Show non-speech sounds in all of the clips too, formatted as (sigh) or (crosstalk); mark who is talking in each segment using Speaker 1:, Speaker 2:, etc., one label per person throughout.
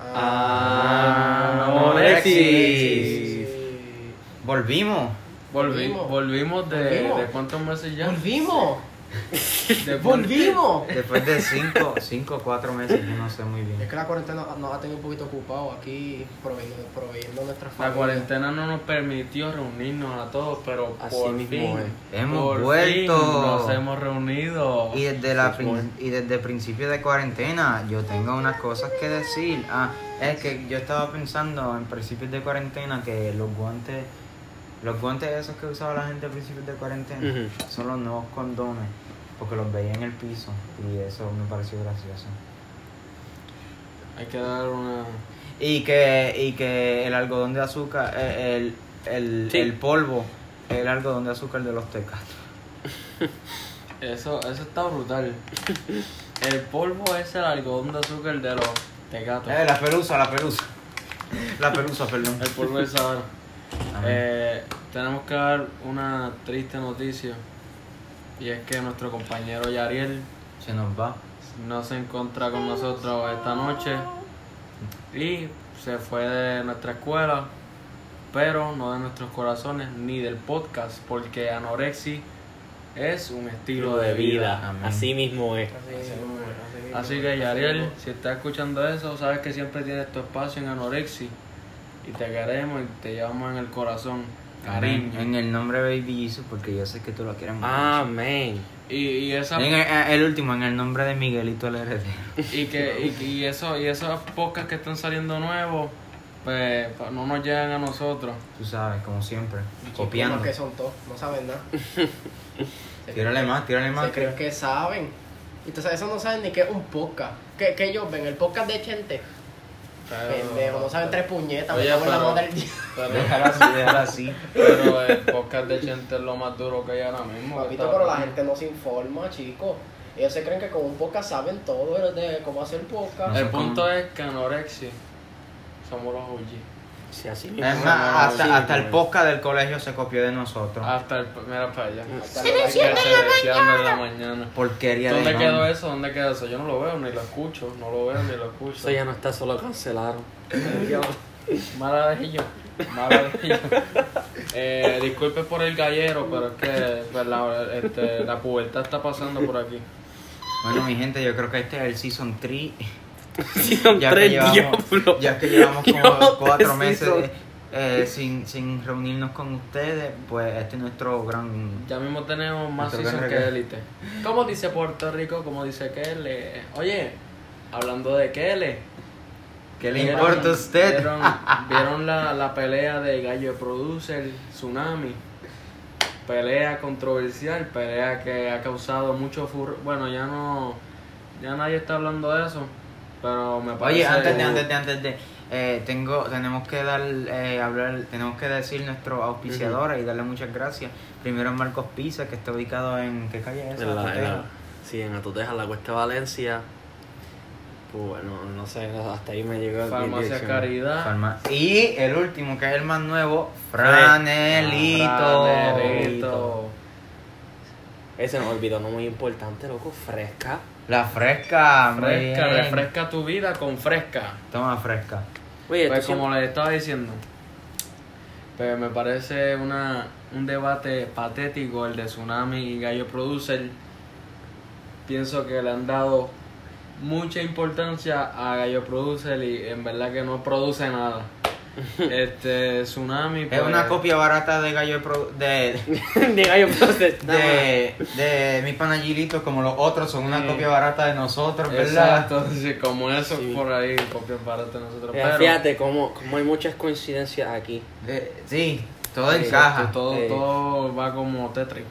Speaker 1: Ah, Alexis.
Speaker 2: Volvimos.
Speaker 1: Volvi-
Speaker 3: Volvimos.
Speaker 1: volvimos de,
Speaker 3: Volvimos.
Speaker 1: de cuántos meses ya?
Speaker 3: Volvimos,
Speaker 1: De-
Speaker 3: volvimos.
Speaker 2: Después de 5 o 4 meses, yo no sé muy
Speaker 3: Es
Speaker 2: bien.
Speaker 3: que la cuarentena nos ha tenido un poquito ocupados aquí proveyendo, proveyendo nuestras
Speaker 1: La
Speaker 3: familias.
Speaker 1: cuarentena no nos permitió reunirnos a todos, pero
Speaker 4: Así
Speaker 1: por
Speaker 4: mismo
Speaker 1: fin,
Speaker 4: es.
Speaker 2: Hemos
Speaker 1: por
Speaker 2: vuelto.
Speaker 1: fin nos hemos reunido.
Speaker 2: Y desde, la
Speaker 4: Sí, bueno.
Speaker 2: prin- y desde el principio de cuarentena, yo tengo unas cosas que decir. Ah, es que yo estaba pensando en principios de cuarentena que los guantes, los guantes esos que usaba la gente a principios de cuarentena,
Speaker 4: Ujú.
Speaker 2: son los nuevos condones, porque los veía en el piso y eso me pareció gracioso.
Speaker 1: Hay que dar una...
Speaker 2: Y que, y que el algodón de azúcar, eh, el, el,
Speaker 4: Sí.
Speaker 2: el polvo, el algodón de azúcar de los tecas.
Speaker 1: Eso, eso está brutal. El polvo es el algodón de azúcar de los tecatos.
Speaker 2: Eh, la pelusa, la pelusa. La pelusa, perdón.
Speaker 1: El polvo es ahora.
Speaker 2: Ajá.
Speaker 1: Eh, tenemos que dar una triste noticia. Y es que nuestro compañero Yariel
Speaker 2: Se nos va.
Speaker 1: no se encuentra con nosotros esta noche. Y se fue de nuestra escuela. Pero no de nuestros corazones ni del podcast. Porque anorexia es un estilo de vida.
Speaker 2: Amén.
Speaker 4: Así mismo es.
Speaker 3: Así mismo, así mismo.
Speaker 1: Así que Yariel, si estás escuchando eso, sabes que siempre tienes tu espacio en anorexia. Y te queremos y te llevamos en el corazón.
Speaker 2: Amén.
Speaker 1: Cariño.
Speaker 2: En el nombre de Baby Jesus, porque yo sé que tú lo quieres mucho.
Speaker 4: Ah, Amén.
Speaker 1: Y, y esa
Speaker 2: En el, eh, el último, en el nombre de Miguelito el heredero.
Speaker 1: y que y, y eso y esas pocas que están saliendo nuevos pues pa- no nos llegan a nosotros
Speaker 2: Tú sabes, como siempre.
Speaker 3: Y chicos,
Speaker 2: Copiando.
Speaker 3: no, que son todos, no saben nada. Se
Speaker 2: Tírale más, tírale más.
Speaker 3: Se creen que saben. Entonces, eso no saben ni qué es un podcast. Que, que ellos ven el podcast de gente. Pendejo, no saben tres puñetas.
Speaker 1: Oye,
Speaker 3: me cago en la
Speaker 1: pero-
Speaker 3: madre del
Speaker 1: (laughs)
Speaker 3: día.
Speaker 1: pero,
Speaker 3: (laughs)
Speaker 2: Déjala así,
Speaker 1: (laughs)
Speaker 2: déjala así.
Speaker 1: pero el podcast de Chente es lo más duro que hay ahora mismo
Speaker 3: Papito,
Speaker 1: Está-
Speaker 3: pero la gente no se informa, chicos. Ellos se creen que con un podcast saben todo de cómo hacer podcast.
Speaker 2: No sé
Speaker 1: el punto
Speaker 2: cómo.
Speaker 1: es que anorexia somos los OG
Speaker 4: Sí, así mismo.
Speaker 2: Es más,
Speaker 4: Sí,
Speaker 2: hasta, hasta el
Speaker 4: pues.
Speaker 2: podcast del colegio se copió de nosotros.
Speaker 1: hasta el mira para allá
Speaker 3: Hasta
Speaker 1: Que
Speaker 3: la-
Speaker 1: se desean de la mañana
Speaker 2: Porquería de
Speaker 1: ¿Dónde
Speaker 2: nombre.
Speaker 1: quedó eso? ¿Dónde quedó eso? Yo no lo veo ni lo escucho, no lo veo ni lo escucho.
Speaker 4: Eso ya no está, solo cancelaron.
Speaker 1: (laughs) Mala de ellos. Mala de ellos. Eh, disculpe por el gallero, pero es que pues, la, este, la pubertad está pasando por aquí.
Speaker 2: Bueno, mi gente, yo creo que este es el Season
Speaker 4: (laughs)
Speaker 2: 3.
Speaker 4: Son
Speaker 2: Ya que
Speaker 4: tres
Speaker 2: llevamos,
Speaker 4: diablos.
Speaker 2: ya que
Speaker 4: (laughs)
Speaker 2: llevamos como
Speaker 4: Diablo,
Speaker 2: cuatro
Speaker 4: tres
Speaker 2: meses
Speaker 4: seasons.
Speaker 2: eh, sin, sin reunirnos con ustedes, pues este es nuestro gran...
Speaker 1: Ya mismo tenemos más
Speaker 2: Nuestro
Speaker 1: season
Speaker 2: guerrero.
Speaker 1: que élite. ¿Cómo dice Puerto Rico? ¿Cómo dice Kele? Oye, hablando de Kele.
Speaker 2: ¿Qué le
Speaker 1: ¿vieron-
Speaker 2: importa a usted?
Speaker 1: ¿Vieron, vieron la, la pelea de Gallo de Producer, Tsunami? Pelea controversial, pelea que ha causado mucho furor. Bueno, ya no. Ya nadie está hablando de eso. Pero me parece.
Speaker 2: Oye, antes de, antes de, antes de, eh, tengo, tenemos que dar, eh, hablar, tenemos que decir nuestros auspiciadores y darle muchas gracias. Primero Marcos Pisa, que está ubicado en, ¿qué calle es esa?
Speaker 4: En la- en
Speaker 2: Azotea.
Speaker 4: la- sí, en Atoteja, en la Cuesta Valencia. Pues bueno, no sé, hasta ahí me llegó. mi
Speaker 1: Farmacia
Speaker 4: dirección.
Speaker 1: Caridad.
Speaker 2: Farma- Y el último, que es el más nuevo, Franelito.
Speaker 4: Ah,
Speaker 1: Franerito.
Speaker 4: Ese nos olvidó, no muy importante, loco, fresca.
Speaker 2: La fresca, muy
Speaker 1: Fresca,
Speaker 2: bien.
Speaker 1: refresca tu vida con fresca.
Speaker 2: Toma fresca.
Speaker 4: Oye,
Speaker 1: Pues
Speaker 4: tú
Speaker 1: como les estaba diciendo, pues me parece una, un debate patético el de Tsunami y Gallo Producer. Pienso que le han dado mucha importancia a Gallo Producer y en verdad que no produce
Speaker 2: (laughs)
Speaker 1: nada. Este Tsunami pues,
Speaker 2: Es una copia barata de gallo de pro-
Speaker 4: (laughs)
Speaker 2: de,
Speaker 4: siempre- de gallo
Speaker 2: (laughs)
Speaker 4: Process, nada más.
Speaker 2: de, de mis panagilitos, como los otros son una
Speaker 1: Sí.
Speaker 2: copia barata de nosotros, ¿verdad?
Speaker 1: Exacto, (laughs) sí, como eso
Speaker 4: Sí.
Speaker 1: por ahí, copian para nosotros.
Speaker 4: Eh,
Speaker 1: pero-
Speaker 4: Fíjate cómo, cómo hay muchas coincidencias aquí.
Speaker 2: Eh, sí, todo
Speaker 4: Sí,
Speaker 2: encaja.
Speaker 1: Todo,
Speaker 4: Sí.
Speaker 1: todo va como Tetris.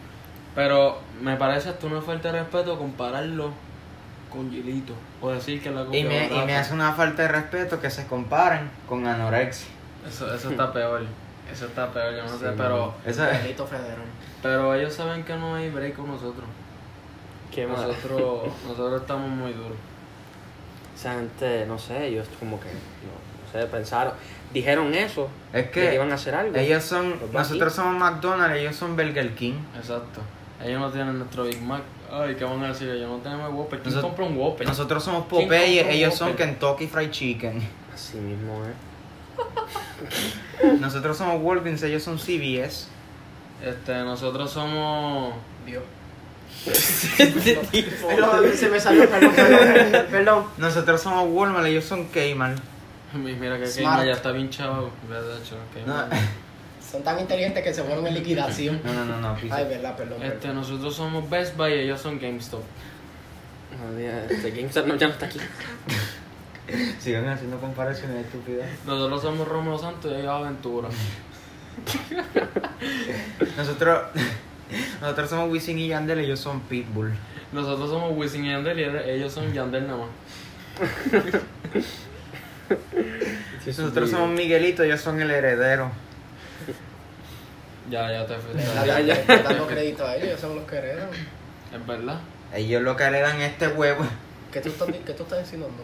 Speaker 1: Pero me parece hasta una falta de respeto compararlo con Gilito. O decir que la
Speaker 2: Y me, y
Speaker 1: barata.
Speaker 2: me hace una falta de respeto que se comparen con anorexia.
Speaker 1: eso, eso está peor. Eso está peor, yo no sé. Pero,
Speaker 2: Eso es-
Speaker 3: Carlito Federal.
Speaker 1: pero ellos saben que no hay break con nosotros.
Speaker 4: Qué
Speaker 2: (laughs)
Speaker 4: mal.
Speaker 1: Nosotros, nosotros estamos muy duros.
Speaker 4: O sea, gente, no sé, ellos como que, no, no sé, pensaron, dijeron eso,
Speaker 2: es
Speaker 4: de que
Speaker 2: que
Speaker 4: iban a hacer algo.
Speaker 2: ellos son,
Speaker 4: Los
Speaker 2: nosotros somos McDonald's, ellos son Burger King.
Speaker 1: Exacto. Ellos no tienen nuestro Big Mac. Ay, ¿qué van a decir? Ellos no tenemos Whopper. ¿Quién
Speaker 2: Nosot-
Speaker 1: compra un Whopper?
Speaker 2: Nosotros somos
Speaker 1: Pues, ¿Quién
Speaker 2: Popeye,
Speaker 1: compra un
Speaker 2: ellos son
Speaker 1: Whopper?
Speaker 2: Kentucky Fried Chicken. (laughs)
Speaker 4: Así mismo, ¿eh?
Speaker 2: Nosotros somos Walgreens, ellos son CBS.
Speaker 1: Este, nosotros somos. (laughs)
Speaker 3: Dios.
Speaker 4: Este tipo.
Speaker 3: Perdón, se me salió, perdón, perdón. perdón.
Speaker 2: Nosotros somos Walmart, ellos son Kmart.
Speaker 1: Mira que aquí
Speaker 3: Smart.
Speaker 1: ya está bien chavo. ¿verdad, chavo? Que-
Speaker 2: No,
Speaker 3: Son tan inteligentes que se fueron en liquidación.
Speaker 2: no, no, no, no, piso.
Speaker 3: Ay, verdad, perdón.
Speaker 1: Este,
Speaker 3: perdón.
Speaker 1: nosotros somos Best Buy y ellos son GameStop.
Speaker 4: Todavía, Este GameStop no, ya no está aquí.
Speaker 2: Siguen haciendo comparaciones estúpidas.
Speaker 1: Nosotros somos Romeo Santos y ellos Aventura.
Speaker 2: Nosotros, (laughs) nosotros somos Wisin y Yandel, ellos son Pitbull.
Speaker 1: Nosotros somos Wisin y Yandel y ellos son Yandel nada más.
Speaker 2: Nosotros somos Miguelito, ellos son el heredero.
Speaker 1: Ya, ya te fuiste.
Speaker 3: Verdad,
Speaker 4: Ya, ya.
Speaker 3: le Dando crédito a ellos, ellos son los que heredan.
Speaker 1: Es verdad.
Speaker 2: Ellos lo que heredan es este huevo. (laughs)
Speaker 3: ¿Qué tú estás, di- qué tú estás insinuando?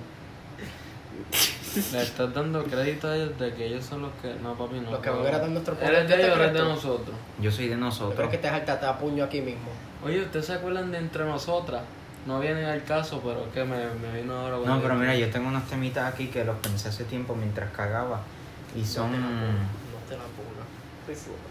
Speaker 1: Le estás dando crédito a ellos de que ellos son los que. No, papi, no.
Speaker 3: Los que van a heredar nuestro pueblo.
Speaker 1: Eres de ellos, eres de nosotros.
Speaker 2: Yo soy de
Speaker 3: Creo
Speaker 2: nosotros.
Speaker 3: que te jaltaste a puño aquí mismo.
Speaker 1: Oye, ¿ustedes se acuerdan de entre nosotras? No viene al caso, pero es que me, me vino ahora.
Speaker 2: No,
Speaker 1: cuando-
Speaker 2: pero mira, yo tengo unos temitas aquí que los pensé hace tiempo mientras cagaba. Y son.
Speaker 3: No te la pongo, no te la pongo. Estoy sudando.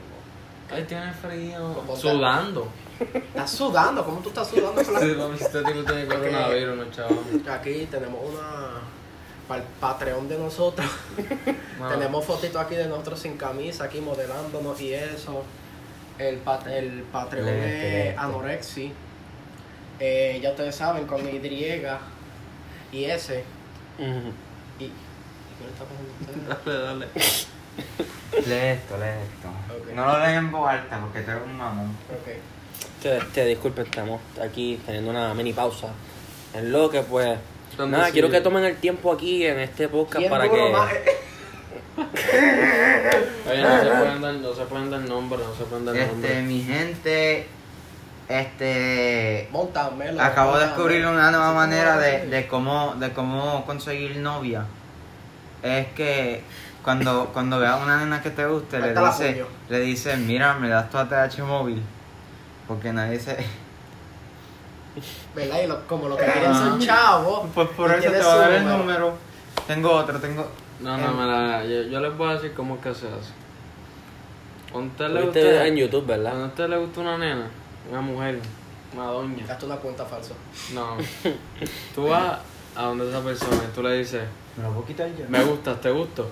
Speaker 1: Ahí tiene frío.
Speaker 3: Como
Speaker 1: Sudando.
Speaker 3: Estás sudando, ¿cómo tú estás sudando? con la-
Speaker 1: Sí, papi, usted tiene usted tiene
Speaker 3: Ok.
Speaker 1: coronavirus, no, chaval.
Speaker 3: Aquí tenemos una. Para el Patreon de nosotros.
Speaker 2: Ah.
Speaker 1: Mano,
Speaker 3: Tenemos fotitos aquí de nosotros sin camisa, aquí modelándonos y eso. El, pat- el Patreon
Speaker 2: Lente,
Speaker 3: es
Speaker 2: lente.
Speaker 3: Anorexi. Eh, ya ustedes saben, con Y y S.
Speaker 4: Ujú.
Speaker 3: Y, ¿y qué le está pasando a
Speaker 1: Dale, dale.
Speaker 2: Lee esto, lee esto.
Speaker 3: Ok.
Speaker 2: No lo lees en voz alta porque te eres un mamón.
Speaker 3: ustedes? Ok.
Speaker 4: Este, este, disculpen, estamos aquí teniendo una mini pausa. En lo que pues.
Speaker 1: ¿Dónde
Speaker 4: Nada,
Speaker 1: sigue?
Speaker 4: quiero que tomen el tiempo aquí en este podcast
Speaker 3: ¿Quién
Speaker 4: para
Speaker 3: duró
Speaker 4: que.
Speaker 3: más? eh,
Speaker 1: Oye, no se pueden dar, no se pueden dar nombre, no se pueden dar
Speaker 2: Este,
Speaker 1: nombre.
Speaker 2: mi gente. Este.
Speaker 3: Montamelo.
Speaker 2: Acabo
Speaker 3: montamelo.
Speaker 2: de descubrir una
Speaker 3: Así Ah,
Speaker 2: nueva
Speaker 3: como
Speaker 2: manera de,
Speaker 3: así.
Speaker 2: de cómo de cómo conseguir novia. Es que cuando, cuando veas a una nena que te guste, le
Speaker 3: Métela
Speaker 2: dice,
Speaker 3: puño.
Speaker 2: le dice, mira, me das tu ATH móvil. Porque nadie se...
Speaker 3: ¿Verdad? Y lo- como lo que quieren
Speaker 2: Ah.
Speaker 3: son chavos.
Speaker 2: (laughs) (laughs) Pues por
Speaker 3: y
Speaker 2: eso te
Speaker 3: tiene
Speaker 2: va a
Speaker 3: su
Speaker 2: dar el número. Tengo otro, tengo...
Speaker 1: No, no, mira, yo, yo les voy a decir cómo es que se hace. Cuando a usted
Speaker 4: Lo
Speaker 1: le
Speaker 4: viste
Speaker 1: gusta,
Speaker 4: en YouTube,
Speaker 1: cuando
Speaker 4: ¿verdad?
Speaker 1: a usted le gusta una nena, una mujer, una doña,
Speaker 3: Hazte una cuenta falsa.
Speaker 1: no. Tú vas a donde esa persona y tú le dices,
Speaker 2: ¿Me lo puedo quitar yo?
Speaker 1: me gustas, te gusto.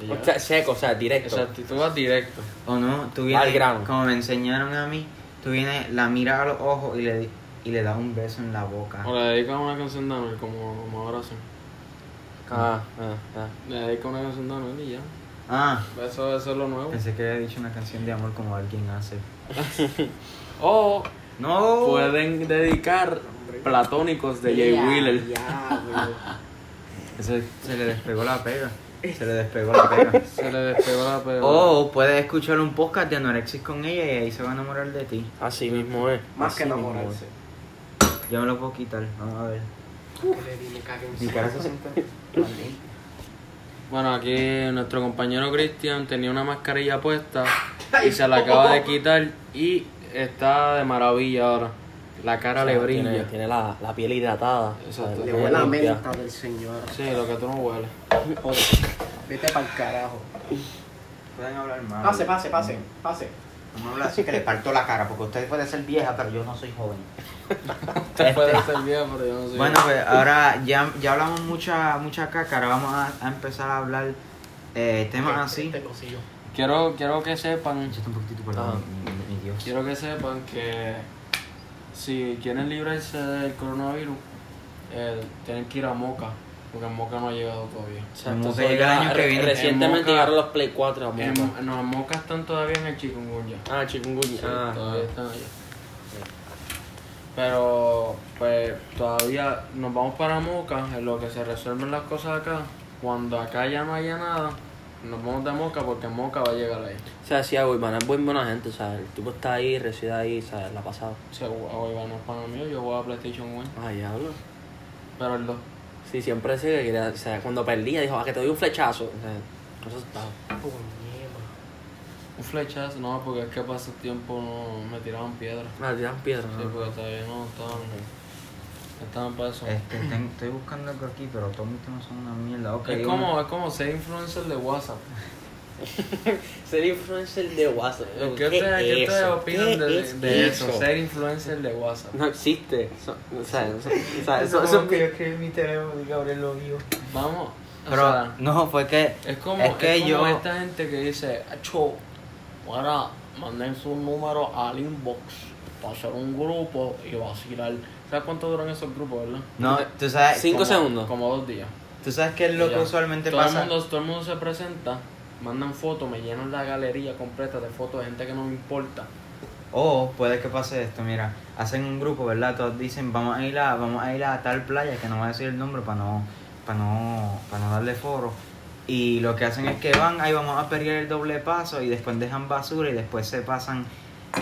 Speaker 1: Y ya.
Speaker 4: O sea, seco, o sea, directo.
Speaker 1: Exacto, y tú vas directo.
Speaker 2: O no, tú
Speaker 4: Va al
Speaker 2: vienes,
Speaker 4: grano.
Speaker 2: como me enseñaron a mí, tú vienes, la miras a los ojos y le, di- y le das un beso en la boca.
Speaker 1: O le dedicas una canción de Anuel, como, como ahora sí.
Speaker 4: Ah, ah, ah.
Speaker 1: Le dedicas una canción de Anuel y ya.
Speaker 2: Ah,
Speaker 1: Eso, eso es lo nuevo.
Speaker 2: pensé que había dicho una canción de amor como alguien hace.
Speaker 1: O
Speaker 2: No.
Speaker 1: pueden dedicar platónicos de Jay
Speaker 3: Ya,
Speaker 1: Wheeler.
Speaker 3: diablo.
Speaker 2: (laughs) Se, se le despegó la pega. Se le despegó la (laughs) pega.
Speaker 1: Se le despegó la pegada.
Speaker 4: Oh,
Speaker 2: O puedes escuchar un podcast de anorexis con ella y ahí se va a enamorar de ti.
Speaker 4: Así mismo es.
Speaker 3: Más que
Speaker 2: Así
Speaker 3: enamorarse.
Speaker 2: Yo me lo puedo quitar, vamos a ver.
Speaker 3: Que le di, me cagué en
Speaker 2: Mi
Speaker 3: su-
Speaker 2: cara
Speaker 3: (laughs)
Speaker 2: se siente maldita.
Speaker 1: Bueno, aquí nuestro compañero Cristian tenía una mascarilla puesta y se la acaba de quitar y está de maravilla ahora. La cara le brilla.
Speaker 4: Tiene, tiene la, la piel hidratada. o sea,
Speaker 1: Exacto.
Speaker 4: la
Speaker 3: Le
Speaker 4: piel
Speaker 3: huele a
Speaker 4: limpia.
Speaker 3: menta del señor.
Speaker 1: Sí, lo que tú no hueles.
Speaker 3: Joder, Oh, vete para el carajo.
Speaker 2: Pueden hablar más.
Speaker 3: Pase, pase, pase, pase.
Speaker 2: No me habla así que le parto la cara, porque usted puede ser vieja, pero yo no soy joven.
Speaker 4: Este.
Speaker 1: Te puede ser viejo, pero yo no soy
Speaker 2: Bueno, pues ahora ya, ya hablamos mucha, mucha caca, ahora vamos a, a empezar a hablar eh, temas así.
Speaker 3: Te Este cosillo.
Speaker 1: Quiero, quiero que sepan,
Speaker 2: Échate un poquitito, perdón, Ah, mi, mi- mi Dios.
Speaker 1: quiero que sepan que si quieren librarse del coronavirus, eh, tienen que ir a Moca, porque en Moca no ha llegado todavía.
Speaker 4: Exacto,
Speaker 2: Como que
Speaker 4: eso
Speaker 2: llega el
Speaker 4: ya
Speaker 2: año que
Speaker 4: re-
Speaker 2: viene.
Speaker 1: En
Speaker 4: Recientemente
Speaker 1: Moca- Em.
Speaker 4: llegaron los Play 4 a
Speaker 1: En,
Speaker 4: Moca.
Speaker 1: no, en Moca están todavía en el chikungunya.
Speaker 4: Ah, chikungunya.
Speaker 1: Sí,
Speaker 4: ah,
Speaker 1: todavía están allá. Pero, pues, todavía nos vamos para Moca, en lo que se resuelven las cosas acá. Cuando acá ya no haya nada, nos vamos de Moca porque Moca va a llegar ahí.
Speaker 4: O sea, sí, a Guaymana es buen buena gente, o sea, el tipo está ahí, reside ahí, o sea, la ha pasado.
Speaker 1: Se hoy van los panos míos, yo voy a PlayStation 1.
Speaker 4: Ay, diablo.
Speaker 1: Pero el 2.
Speaker 4: Sí, siempre se que quería, o sea, cuando perdía dijo, ah, que te doy un flechazo. O sea, eso está.
Speaker 3: Oh, Puñema.
Speaker 1: Un flechazo, no, porque es que para ese tiempo no, me tiraban piedras.
Speaker 4: Me tiran piedras,
Speaker 1: Sí, pues.
Speaker 4: ¿no?
Speaker 1: porque todavía no estaban. Estamos para eso.
Speaker 2: Este, ten- estoy buscando algo aquí, pero todos mis temas son una mierda. Ok,
Speaker 1: es,
Speaker 2: uno-
Speaker 1: como, es como ser influencer de WhatsApp.
Speaker 4: Ser influencer de WhatsApp.
Speaker 1: ¿Qué ustedes qué ustedes
Speaker 4: eso?
Speaker 1: opinan
Speaker 4: ¿Qué
Speaker 1: de,
Speaker 4: es
Speaker 1: de eso? Ser influencer de WhatsApp.
Speaker 4: No existe. Eso- o sea, eso, o sea,
Speaker 2: Eso
Speaker 4: eso,
Speaker 2: es
Speaker 4: eso-
Speaker 2: como que yo escribí en mi teléfono y Gabriel lo vio.
Speaker 1: Vamos. o
Speaker 2: Pero
Speaker 1: sea,
Speaker 2: no, fue que.
Speaker 1: es como,
Speaker 2: es que
Speaker 1: es como
Speaker 2: yo.
Speaker 1: esta gente que dice, acho, para, manden su número al inbox para hacer un grupo y vacilar. ¿Sabes cuánto duran esos grupos, verdad?
Speaker 2: No, tú sabes.
Speaker 4: Cinco
Speaker 2: como-
Speaker 4: segundos.
Speaker 1: Como dos días.
Speaker 2: Tú sabes qué es lo
Speaker 1: Y
Speaker 2: que
Speaker 1: ya.
Speaker 2: usualmente
Speaker 1: todo
Speaker 2: pasa.
Speaker 1: El mundo, todo el mundo se presenta, mandan fotos, me llenan la galería completa de fotos de gente que no me importa.
Speaker 2: O puede que pase esto, mira, hacen un grupo, ¿verdad? Todos dicen, vamos a ir a, vamos a ir a tal playa, que no voy a decir el nombre para no, para no, para no darle foro. Y lo que hacen es que van, ahí vamos a perder el doble paso y después dejan basura y después se pasan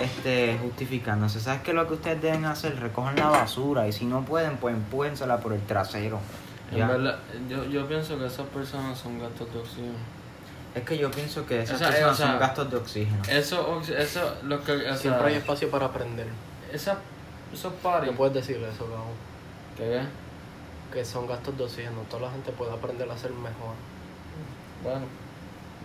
Speaker 2: este justificándose. ¿Sabes qué es lo que ustedes deben hacer? Recojan la basura y si no pueden, pues empújensela por el trasero.
Speaker 1: En
Speaker 2: Ya.
Speaker 1: verdad, yo, yo pienso que esas personas son gastos de oxígeno.
Speaker 2: Es que yo pienso que esas
Speaker 1: O sea, eh,
Speaker 2: personas
Speaker 1: o sea,
Speaker 2: son gastos de oxígeno.
Speaker 1: Eso, ox- eso, lo que, o sea,
Speaker 3: Siempre hay espacio para aprender.
Speaker 1: esa- esos
Speaker 3: ¿Qué
Speaker 1: pares.
Speaker 3: puedes decir eso, cabrón?
Speaker 1: ¿Qué qué?
Speaker 3: Que son gastos de oxígeno. Toda la gente puede aprender a ser mejor.
Speaker 1: Bueno,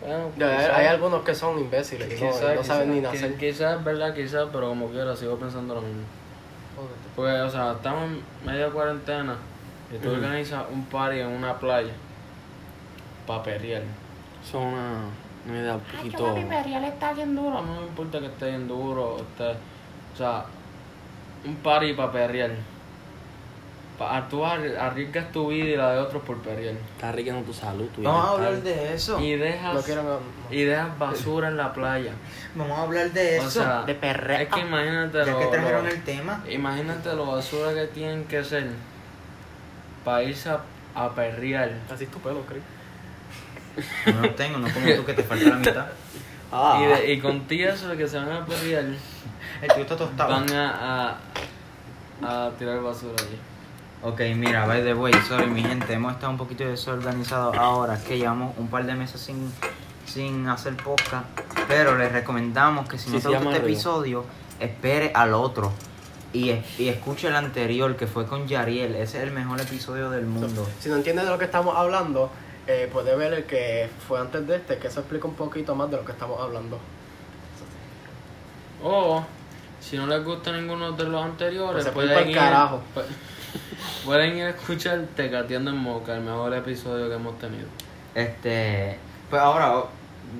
Speaker 1: bueno.
Speaker 3: Ya, hay, hay algunos que son imbéciles y no, y no saben ni
Speaker 1: quizás-
Speaker 3: nacer.
Speaker 1: Quizás es verdad, quizás, pero como quiera, sigo pensando lo mismo.
Speaker 3: Jódete.
Speaker 1: Porque, o sea, estamos en media cuarentena y tú
Speaker 4: Ujú.
Speaker 1: organizas un party en una playa para perrear.
Speaker 4: eso es una, una idea un poquito.
Speaker 1: Todo. está bien duro. No me importa que esté bien duro. o esté- o sea, un party para perrear. Pa, tú ar- arriesgas tu vida y la de otros por perrear.
Speaker 4: Está arriesgando tu salud, tu
Speaker 2: Vamos a hablar
Speaker 4: bienestar.
Speaker 2: de eso.
Speaker 1: Y dejas,
Speaker 3: No quiero no.
Speaker 1: y dejas basura en la playa.
Speaker 2: Vamos a hablar de eso.
Speaker 1: O sea,
Speaker 2: de perreo.
Speaker 1: Es que
Speaker 3: ah,
Speaker 1: imagínate
Speaker 2: Ya
Speaker 1: lo,
Speaker 2: que trajeron
Speaker 1: lo-
Speaker 2: el tema.
Speaker 1: imagínate lo basura que tienen que ser para irse a, a perrear.
Speaker 3: Así es tu pelo, Chris.
Speaker 2: (laughs) No lo tengo, no como tú que te (laughs) falta la mitad.
Speaker 4: Ah,
Speaker 1: Y, de- y contigo eso de que se van a perrear,
Speaker 2: El tuyo está
Speaker 3: Ah.
Speaker 2: tostado.
Speaker 1: van a, a, a tirar basura allí.
Speaker 2: Ok, mira, by the way, sorry mi gente, hemos estado un poquito desorganizados ahora, es que llevamos un par de meses sin, sin hacer podcast, pero les recomendamos que si
Speaker 4: Sí,
Speaker 2: no
Speaker 4: se
Speaker 2: te gusta
Speaker 4: llama
Speaker 2: este
Speaker 4: Río.
Speaker 2: episodio, espere al otro y, es- y escuche el anterior que fue con Yariel, ese es el mejor episodio del mundo.
Speaker 3: Si no entiendes de lo que estamos hablando, eh, puedes ver el que fue antes de este, que eso explica un poquito más de lo que estamos hablando.
Speaker 1: O si no les gusta ninguno de los
Speaker 3: Pues
Speaker 1: anteriores,
Speaker 3: se fue
Speaker 1: pueden,
Speaker 3: pa'l
Speaker 1: ir,
Speaker 3: carajo.
Speaker 1: pu- pueden ir a escuchar Tecateando en Moca, el mejor episodio que hemos tenido.
Speaker 2: Este, pues ahora, o-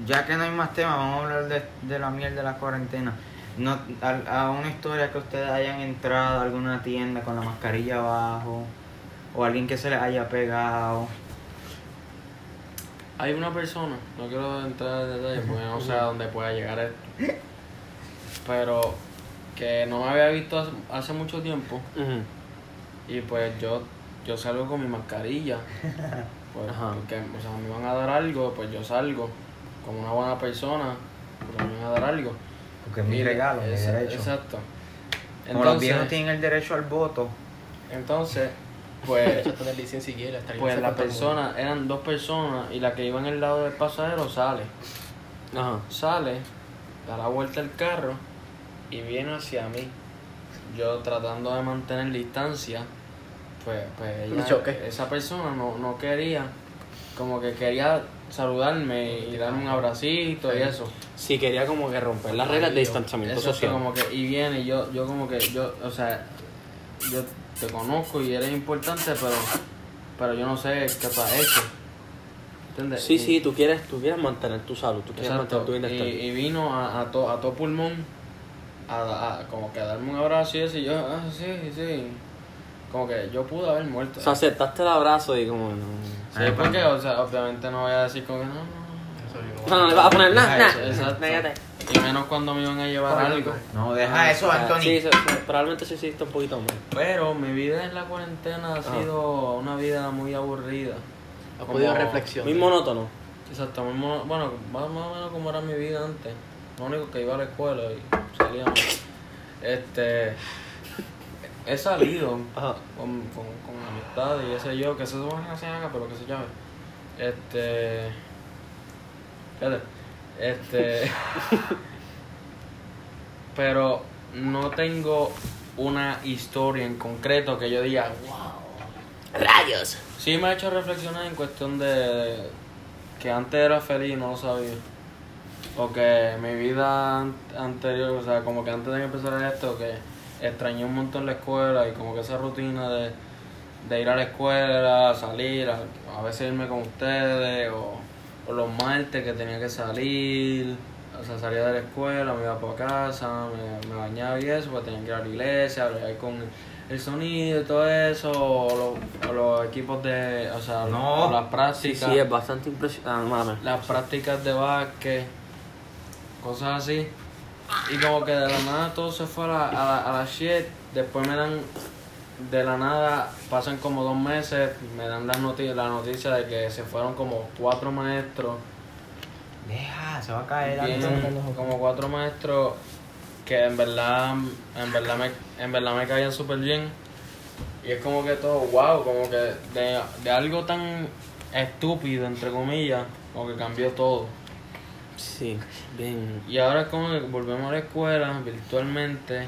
Speaker 2: ya que no hay más temas, vamos a hablar de, de la miel de la cuarentena. No, a, a una historia que ustedes hayan entrado a alguna tienda con la mascarilla abajo, o alguien que se les haya pegado.
Speaker 1: Hay una persona, no quiero entrar en detalle porque no sé a dónde pueda llegar esto, pero que no me había visto hace, hace mucho tiempo
Speaker 4: ujú.
Speaker 1: y pues yo, yo salgo con mi mascarilla, pues,
Speaker 4: Ajá.
Speaker 1: porque o sea, me van a dar algo, pues yo salgo como una buena persona, porque me van a dar algo.
Speaker 2: Porque es mi
Speaker 1: Y-
Speaker 2: regalo, mi
Speaker 1: esa-
Speaker 2: derecho.
Speaker 1: Exacto.
Speaker 2: Como los viejos tienen el derecho al voto,
Speaker 1: Entonces,
Speaker 3: Derecho (laughs)
Speaker 1: pues,
Speaker 3: a tener licencia y guía, estar
Speaker 1: pues
Speaker 3: libre para
Speaker 1: la
Speaker 3: todo el mundo.
Speaker 1: persona, eran dos personas y la que iba en el lado del pasajero sale.
Speaker 4: Ajá.
Speaker 1: Sale, da la vuelta al carro y viene hacia mí. Yo tratando de mantener distancia, pues, pues ella-
Speaker 3: Un choque.
Speaker 1: esa persona no, no quería, como que quería saludarme y darme un abracito y eso.
Speaker 4: Sí, quería como que romper las reglas de distanciamiento
Speaker 1: Exacto,
Speaker 4: social.
Speaker 1: como que, y viene, y yo, yo como que, yo, o sea, yo te conozco y eres importante, pero, pero yo no sé qué tú has hecho. ¿Entiendes?
Speaker 4: Sí,
Speaker 1: Y-
Speaker 4: sí, tú quieres, tú quieres mantener tu salud, tú quieres
Speaker 1: Eh, Exacto.
Speaker 4: mantener tu
Speaker 1: Y,
Speaker 4: bienestar.
Speaker 1: y vino a, a, to, a todo pulmón, a, da- a- como que a darme un abrazo y eso, y yo, ah, sí, sí. Como que yo pude haber muerto.
Speaker 4: O sea, aceptaste el abrazo y como... No,
Speaker 1: sí, porque, o sea, obviamente no voy a decir como que no, no, no.
Speaker 3: Eso yo-
Speaker 4: no, no le vas a poner nada,
Speaker 2: Ajá,
Speaker 4: nada.
Speaker 1: Exacto.
Speaker 4: Véngate. pues.
Speaker 1: Y menos cuando me iban a llevar
Speaker 3: Por
Speaker 1: algo.
Speaker 3: algo.
Speaker 2: No, deja eso,
Speaker 4: Ah,
Speaker 2: Anthony.
Speaker 4: Sí, sí, sí, probablemente sí hiciste un poquito más.
Speaker 1: Pero mi vida en la cuarentena ha
Speaker 4: Ah.
Speaker 1: sido una vida muy aburrida.
Speaker 3: Ha podido
Speaker 1: Como-
Speaker 3: reflexionar.
Speaker 4: Muy monótono.
Speaker 1: Exacto, muy mono- bueno, más, más o menos como era mi vida antes. Lo único que iba a la escuela y
Speaker 4: (laughs)
Speaker 1: salíamos. Este. He salido
Speaker 4: Ajá.
Speaker 1: con, con, con amistades y qué sé yo, que se supone que no se haga, pero que se llame. Este. Fíjate. (laughs) Este. pero no tengo una historia en concreto que yo diga, wow.
Speaker 4: ¡Rayos!
Speaker 1: Sí me ha hecho reflexionar en cuestión de que antes era feliz y no lo sabía. O que mi vida an- anterior, o sea, como que antes de que empezara esto, que extrañé un montón la escuela y como que esa rutina de, de ir a la escuela, salir, a, a veces irme con ustedes, o, o los martes que tenía que salir, o sea, salía de la escuela, me iba para casa, me, me bañaba y eso, pues tenía que ir a la iglesia, bregar con el sonido y todo eso, o los, o los equipos de, o sea,
Speaker 2: No.
Speaker 1: o las
Speaker 4: Sí,
Speaker 1: prácticas
Speaker 4: sí, es bastante impresionante. Ah, mames.
Speaker 1: las prácticas de básquet, cosas así. Y como que de la nada todo se fue a la, a la, a la shit. Después me dan, de la nada, pasan como dos meses, me dan la, noti- la noticia de que se fueron como cuatro maestros.
Speaker 2: Deja, se va a caer
Speaker 1: Bien,
Speaker 2: alto.
Speaker 1: como cuatro maestros que en verdad en verdad me, en verdad me caían súper bien y es como que todo wow como que de, de algo tan estúpido entre comillas como que cambió todo
Speaker 4: Sí, bien.
Speaker 1: y ahora es como que volvemos a la escuela virtualmente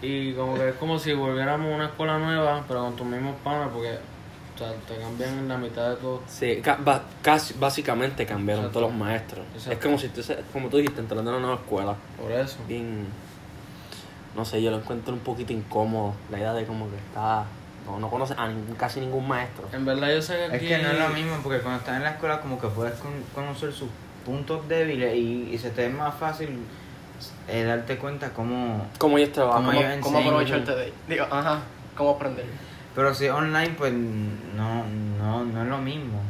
Speaker 1: y como que es como si volviéramos a una escuela nueva pero con tus mismos panas porque o sea, te cambian la mitad de todo
Speaker 4: Sí, ca- ba- casi, básicamente cambiaron
Speaker 1: Exacto.
Speaker 4: todos los maestros. Es
Speaker 1: Exacto.
Speaker 4: como si tú, se- como tú dijiste, entrando en una nueva escuela.
Speaker 1: por eso
Speaker 4: Bien. No sé, yo lo encuentro un poquito incómodo. La idea de como que está. No, no conoces a ningún, casi ningún maestro.
Speaker 1: en verdad yo sé que
Speaker 2: Es
Speaker 1: aquí
Speaker 2: que no es lo mismo, porque cuando estás en la escuela como que puedes con- conocer sus puntos débiles y, y se te es más fácil eh, darte cuenta cómo...
Speaker 4: Como ellos trabajan.
Speaker 2: Como
Speaker 3: ¿Cómo,
Speaker 2: yo
Speaker 3: cómo
Speaker 2: enseño,
Speaker 3: aprovecharte de Digo, ajá, ¿cómo aprender?
Speaker 2: Pero si es online, pues no, no, no es lo mismo.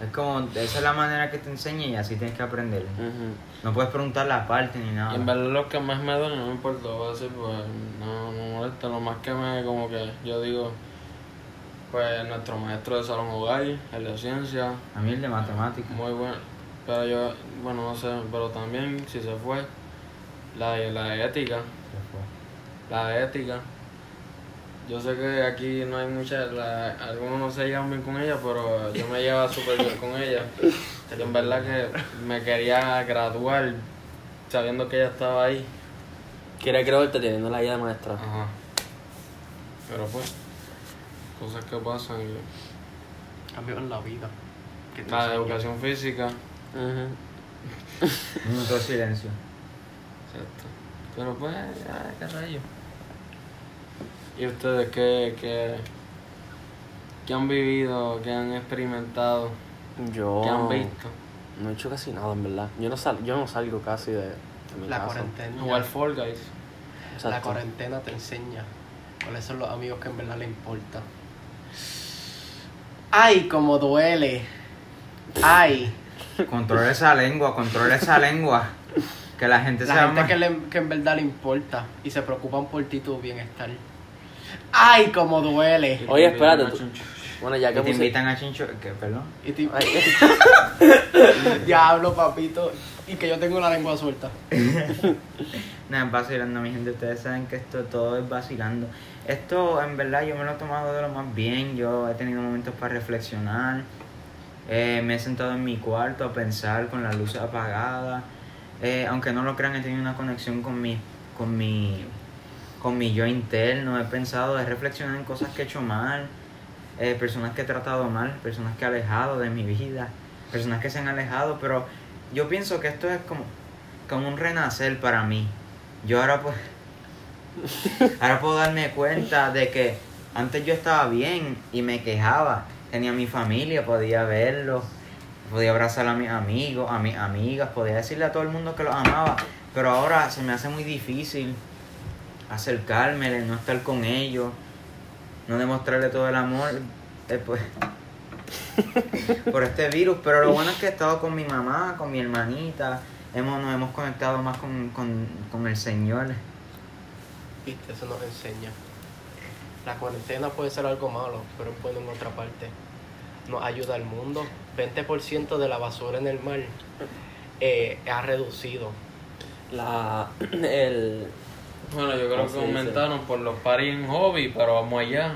Speaker 2: Es como, esa es la manera que te enseña y así tienes que aprender.
Speaker 4: Ujú.
Speaker 2: No puedes preguntar la parte ni
Speaker 1: Y en
Speaker 2: nada.
Speaker 1: verdad lo que más me duele no me importa, voy a decir, pues no me molesta, lo más que me como que yo digo, pues nuestro maestro de Salón Hogar, el de ciencia,
Speaker 2: A mí el de matemáticas.
Speaker 1: muy bueno, pero yo, bueno, no sé, pero también si se fue, la de, la de ética,
Speaker 2: se fue.
Speaker 1: la de ética, yo sé que aquí no hay muchas, la- algunos no se llevan bien con ella, pero yo me llevaba súper bien con ella, pero en verdad que me quería graduar sabiendo que ella estaba ahí.
Speaker 4: Quiere creerte teniendo la idea de maestra.
Speaker 1: Ajá. Pero pues, cosas que pasan. y-
Speaker 3: Cambió en la vida.
Speaker 1: La de Ah, educación física.
Speaker 4: Ujú.
Speaker 2: Un minuto de silencio.
Speaker 1: Exacto. Pero pues, ah, qué rayo. ¿Y ustedes qué, qué, qué han vivido, qué han experimentado,
Speaker 4: Yo.
Speaker 1: qué han visto?
Speaker 4: No he hecho casi nada, en verdad. Yo no, sal, yo no salgo casi de, de mi
Speaker 3: La
Speaker 4: casa.
Speaker 3: cuarentena.
Speaker 1: Jugar Fall Guys.
Speaker 4: Exacto.
Speaker 3: La cuarentena te enseña cuáles son los amigos que en verdad le importan. ¡Ay, como duele! ¡Ay!
Speaker 2: Controla esa lengua, controla esa lengua. Que la gente
Speaker 3: La
Speaker 2: sea
Speaker 3: gente
Speaker 2: más-
Speaker 3: que, le- que en verdad le importa y se preocupan por ti tu bienestar. ¡Ay, como duele!
Speaker 4: Oye, espérate, tú-
Speaker 1: Chuncho.
Speaker 4: Bueno, ya
Speaker 2: que
Speaker 4: que
Speaker 2: te
Speaker 4: puse-
Speaker 2: invitan a Chincho. Que, perdón.
Speaker 3: Y te-
Speaker 4: (laughs) Ay,
Speaker 3: (laughs)
Speaker 4: (laughs)
Speaker 3: Diablo, papito. Y que yo tengo la lengua suelta.
Speaker 2: Nada, es vacilando, mi gente. Ustedes saben que esto todo es vacilando. Esto, en verdad, yo me lo he tomado de lo más bien. Yo he tenido momentos para reflexionar. Eh, me he sentado en mi cuarto a pensar con las luces apagadas. Eh, aunque no lo crean, he tenido una conexión con mi, con mi, con mi yo interno. He pensado, he reflexionado en cosas que he hecho mal, eh, personas que he tratado mal, personas que he alejado de mi vida, personas que se han alejado. Pero yo pienso que esto es como, como un renacer para mí. Yo ahora pues, ahora puedo darme cuenta de que antes yo estaba bien y me quejaba. Tenía mi familia, podía verlos, podía abrazar a mis amigos, a mis amigas, podía decirle a todo el mundo que los amaba. Pero ahora se me hace muy difícil acercarme, no estar con ellos, no demostrarle todo el amor eh, pues, por este virus. Pero lo bueno es que he estado con mi mamá, con mi hermanita, hemos, nos hemos conectado más con, con, con el Señor.
Speaker 3: Viste, eso nos enseña. La cuarentena puede ser algo malo, pero es bueno en otra parte. Nos ayuda al mundo. 20% de la basura en el mar eh, ha reducido.
Speaker 4: la. (clears throat) El.
Speaker 1: Bueno, yo creo
Speaker 4: ¿Cómo
Speaker 1: que
Speaker 4: se dice? Ah.
Speaker 1: aumentaron por los paris en hobby, pero vamos allá.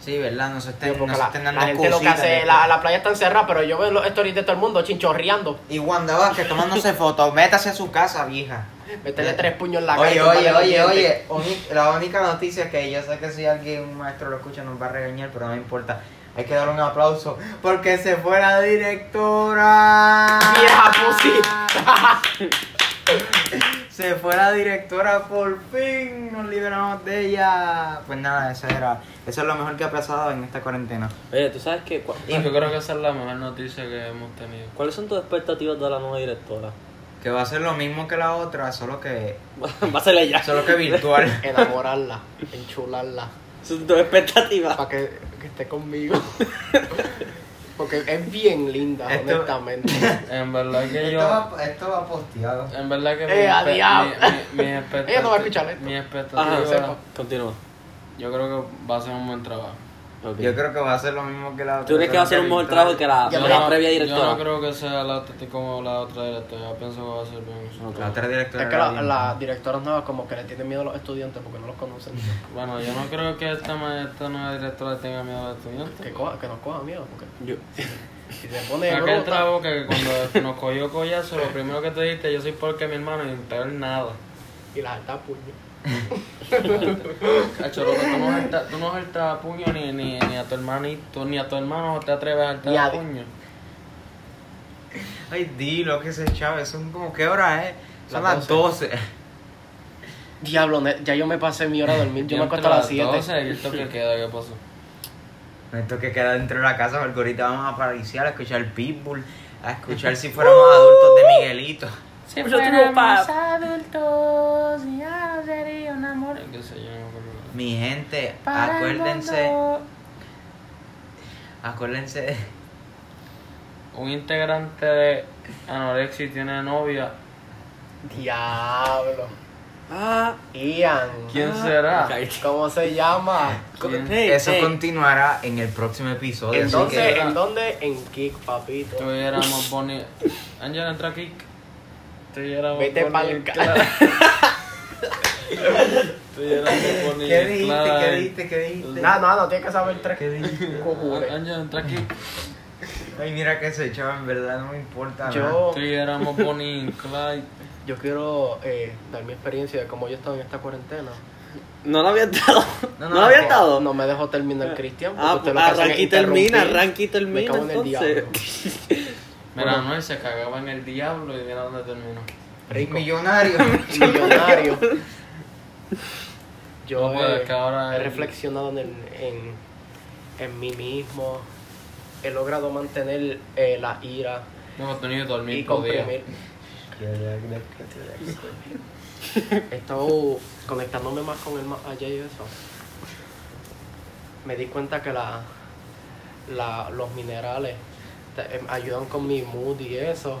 Speaker 2: Sí, ¿verdad? No se estén,
Speaker 3: Digo,
Speaker 2: no
Speaker 3: porque
Speaker 2: se
Speaker 3: la,
Speaker 2: estén
Speaker 3: la
Speaker 2: dando
Speaker 3: gente lo que
Speaker 2: cositas
Speaker 3: hace,
Speaker 2: de-
Speaker 3: la, la playa está encerrada, pero yo veo los stories de todo el mundo chinchorreando.
Speaker 2: (laughs) Y Wanda Vázquez tomándose fotos, métase a su casa, vieja.
Speaker 3: Métele tres puños en la cara. y
Speaker 2: Eh. Oye,
Speaker 3: tumbarle
Speaker 2: oye,
Speaker 3: los
Speaker 2: oye,
Speaker 3: dientes.
Speaker 2: oye. Uni- La única noticia que yo sé que si alguien, un maestro lo escucha, nos va a regañar, pero no me importa. Hay que darle un aplauso porque se fue la directora.
Speaker 3: Vieja pussy.
Speaker 2: (laughs) Se fue la directora, por fin nos liberamos de ella. Pues nada, eso era. Eso es lo mejor que ha pasado en esta cuarentena.
Speaker 4: Oye, ¿tú sabes qué? ¿Cuál-
Speaker 1: Yo creo que esa es la mejor noticia que hemos tenido.
Speaker 4: ¿Cuáles son tus expectativas de la nueva directora? (laughs)
Speaker 2: Que va a ser lo mismo que la otra, solo que.
Speaker 4: Va a ser ella. Esas
Speaker 2: Solo que
Speaker 4: (laughs)
Speaker 2: virtual.
Speaker 3: Enamorarla, enchularla,
Speaker 4: son tus expectativas.
Speaker 3: para que, que esté conmigo.
Speaker 2: (laughs)
Speaker 3: Porque es bien linda,
Speaker 2: Esto-
Speaker 3: honestamente.
Speaker 1: En verdad que
Speaker 2: Esto
Speaker 1: yo.
Speaker 2: va, esto va posteado.
Speaker 1: En verdad que
Speaker 3: Eh, a diablo.
Speaker 1: expectativa.
Speaker 3: Ella no va a escuchar esto.
Speaker 1: Mi
Speaker 4: Ajá,
Speaker 1: expectativa.
Speaker 3: que sepa.
Speaker 4: continúa.
Speaker 1: yo creo que va a ser un buen trabajo.
Speaker 4: Ok.
Speaker 2: Yo creo que va a ser lo mismo que la otra.
Speaker 4: ¿Tú crees que va a ser un mejor trabajo que la,
Speaker 3: Ya
Speaker 4: la
Speaker 1: Yo no-
Speaker 4: previa
Speaker 1: Yo
Speaker 4: directora?
Speaker 1: no creo que sea la, como la otra directora. Yo pienso que va a ser bien.
Speaker 4: Ok.
Speaker 2: La otra
Speaker 3: es
Speaker 2: directora.
Speaker 3: que
Speaker 2: era
Speaker 3: la- las
Speaker 2: bien-
Speaker 3: directoras nuevas como que le tienen miedo a los estudiantes porque no los conocen.
Speaker 1: Bueno, yo no creo que esta, ma- esta nueva directora tenga miedo a los estudiantes.
Speaker 3: Que, coja- que nos coja miedo, porque
Speaker 4: Yo-
Speaker 3: si se pone
Speaker 1: Aquel
Speaker 3: bruta,
Speaker 1: trabajo que cuando nos cogió collazo, lo primero que te dijiste, yo soy porque mi hermano y peor nada.
Speaker 3: y las altas puños.
Speaker 1: Cacho, loco, tú no jaltas- tú no jaltas a puño ni, ni, ni a tu hermanito, ni a tu hermano te atreves a
Speaker 3: Ni
Speaker 1: jaltar
Speaker 3: a
Speaker 1: a
Speaker 3: di-
Speaker 1: puño.
Speaker 2: Ay, di lo que se chave. Son como, ¿qué hora es? Son
Speaker 3: Las
Speaker 2: las 12.
Speaker 3: Diablo, ne- ya yo me pasé mi hora a dormir, (laughs) yo me
Speaker 1: entro
Speaker 3: acuesto a las 7.
Speaker 1: ¿Y esto que queda? ¿Qué pasó?
Speaker 2: (laughs) Esto que queda dentro de la casa porque ahorita vamos a pariciar, a escuchar Pitbull, a escuchar si
Speaker 4: (laughs)
Speaker 2: fuéramos
Speaker 4: Uh.
Speaker 2: adultos de Miguelito.
Speaker 1: Si
Speaker 4: Yo tengo pa-
Speaker 1: adultos, ya sería un amor. ¿Qué sé yo? no me acuerdo.
Speaker 2: Mi gente,
Speaker 1: Para el
Speaker 2: acuérdense,
Speaker 1: mundo.
Speaker 2: acuérdense.
Speaker 1: Un integrante de Anorexia tiene novia.
Speaker 3: Diablo.
Speaker 4: Ah,
Speaker 3: Ian.
Speaker 1: ¿Quién será?
Speaker 4: ok.
Speaker 3: ¿Cómo se llama?
Speaker 1: ¿Quién?
Speaker 4: Hey,
Speaker 2: Eso
Speaker 4: hey.
Speaker 2: continuará en el próximo episodio. así
Speaker 3: Entonces,
Speaker 2: que-
Speaker 3: ¿en dónde? En Kick, papito.
Speaker 1: Tuviéramos Bonnie. Ángela, entra aquí. Tuviéramos
Speaker 3: Vete
Speaker 1: Bonnie
Speaker 3: pa'l
Speaker 1: y
Speaker 3: ca-
Speaker 1: Clyde. Tuviéramos Bonnie.
Speaker 2: ¿Qué
Speaker 1: y
Speaker 2: dijiste?
Speaker 1: Clyde.
Speaker 2: ¿Qué dijiste? ¿Qué dijiste?
Speaker 3: Nada, nada, no tienes que saber tres.
Speaker 2: Pues, ¿Qué dijiste?
Speaker 3: Cojure.
Speaker 1: Ángela, entra aquí.
Speaker 2: Ay, mira que se echaba, en verdad no me importa. ¿no?
Speaker 3: Yo,
Speaker 1: Tuviéramos Bonnie y Clyde.
Speaker 3: yo quiero eh, dar mi experiencia de cómo yo he estado en esta cuarentena.
Speaker 4: No lo había estado.
Speaker 2: No,
Speaker 4: No,
Speaker 2: no,
Speaker 4: lo había
Speaker 2: no.
Speaker 4: estado.
Speaker 3: No me dejó terminar Cristian. porque
Speaker 4: Ah,
Speaker 3: usted lo que hace es
Speaker 4: arranqui termina,
Speaker 3: interrumpir.
Speaker 4: arranqui
Speaker 3: Me
Speaker 4: termina.
Speaker 3: cago en el
Speaker 4: Entonces.
Speaker 3: diablo.
Speaker 1: Mira,
Speaker 3: Bueno.
Speaker 1: no, él se cagaba en el diablo y mira dónde terminó.
Speaker 3: Rico.
Speaker 2: (laughs) Millonario.
Speaker 3: Millonario. Yo
Speaker 1: No puede,
Speaker 3: eh,
Speaker 1: que ahora
Speaker 3: he
Speaker 1: el-
Speaker 3: reflexionado en, el- en, en mí mismo. He logrado mantener eh, la ira
Speaker 1: No, tú ni
Speaker 3: y
Speaker 1: dormir podía.
Speaker 3: comprimir. He estado conectándome más con el más allá y eso. Me di cuenta que la, la- los minerales te- em, ayudan con mi mood y eso.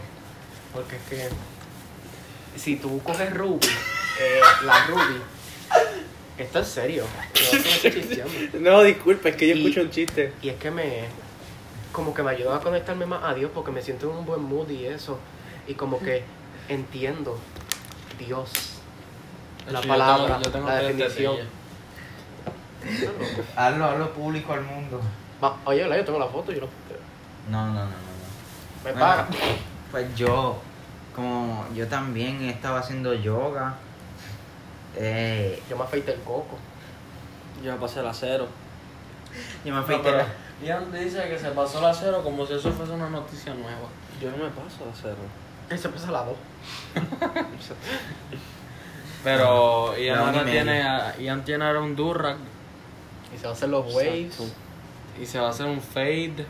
Speaker 3: Porque es que si tú coges Ruby, eh, la Ruby, esto es serio. yo no estoy chisteando.
Speaker 4: No, disculpa, es que yo
Speaker 3: Y-
Speaker 4: escucho un chiste.
Speaker 3: Y es que me. Como que me ayuda a conectarme más a Dios porque me siento en un buen mood y eso. Y como que entiendo Dios. La
Speaker 1: Yo
Speaker 3: palabra,
Speaker 1: tengo- yo tengo
Speaker 3: la
Speaker 1: tres
Speaker 3: definición.
Speaker 1: tetillas.
Speaker 2: hazlo, hazlo público al mundo.
Speaker 3: Va, oye, la- yo tengo la foto, yo lo-
Speaker 2: No, no, no, no. no.
Speaker 3: Me
Speaker 2: Bueno,
Speaker 3: paga.
Speaker 2: Pues yo, como yo también estaba haciendo yoga. Eh,
Speaker 3: Yo me afeité el coco.
Speaker 4: Yo me pasé el acero.
Speaker 2: yo me
Speaker 1: No,
Speaker 2: afeité
Speaker 1: pero
Speaker 2: la-
Speaker 1: Ian dice que se pasó la cero como si eso fuese una noticia nueva.
Speaker 4: Yo no me paso el acero.
Speaker 3: Ese pesa la dos.
Speaker 1: Pero
Speaker 2: La
Speaker 1: Ian
Speaker 2: una y
Speaker 1: ahora
Speaker 2: media.
Speaker 1: tiene, a- Ian tiene ahora un Durrack
Speaker 3: Y se va a hacer los waves.
Speaker 4: Exacto.
Speaker 1: y se va a hacer un fade.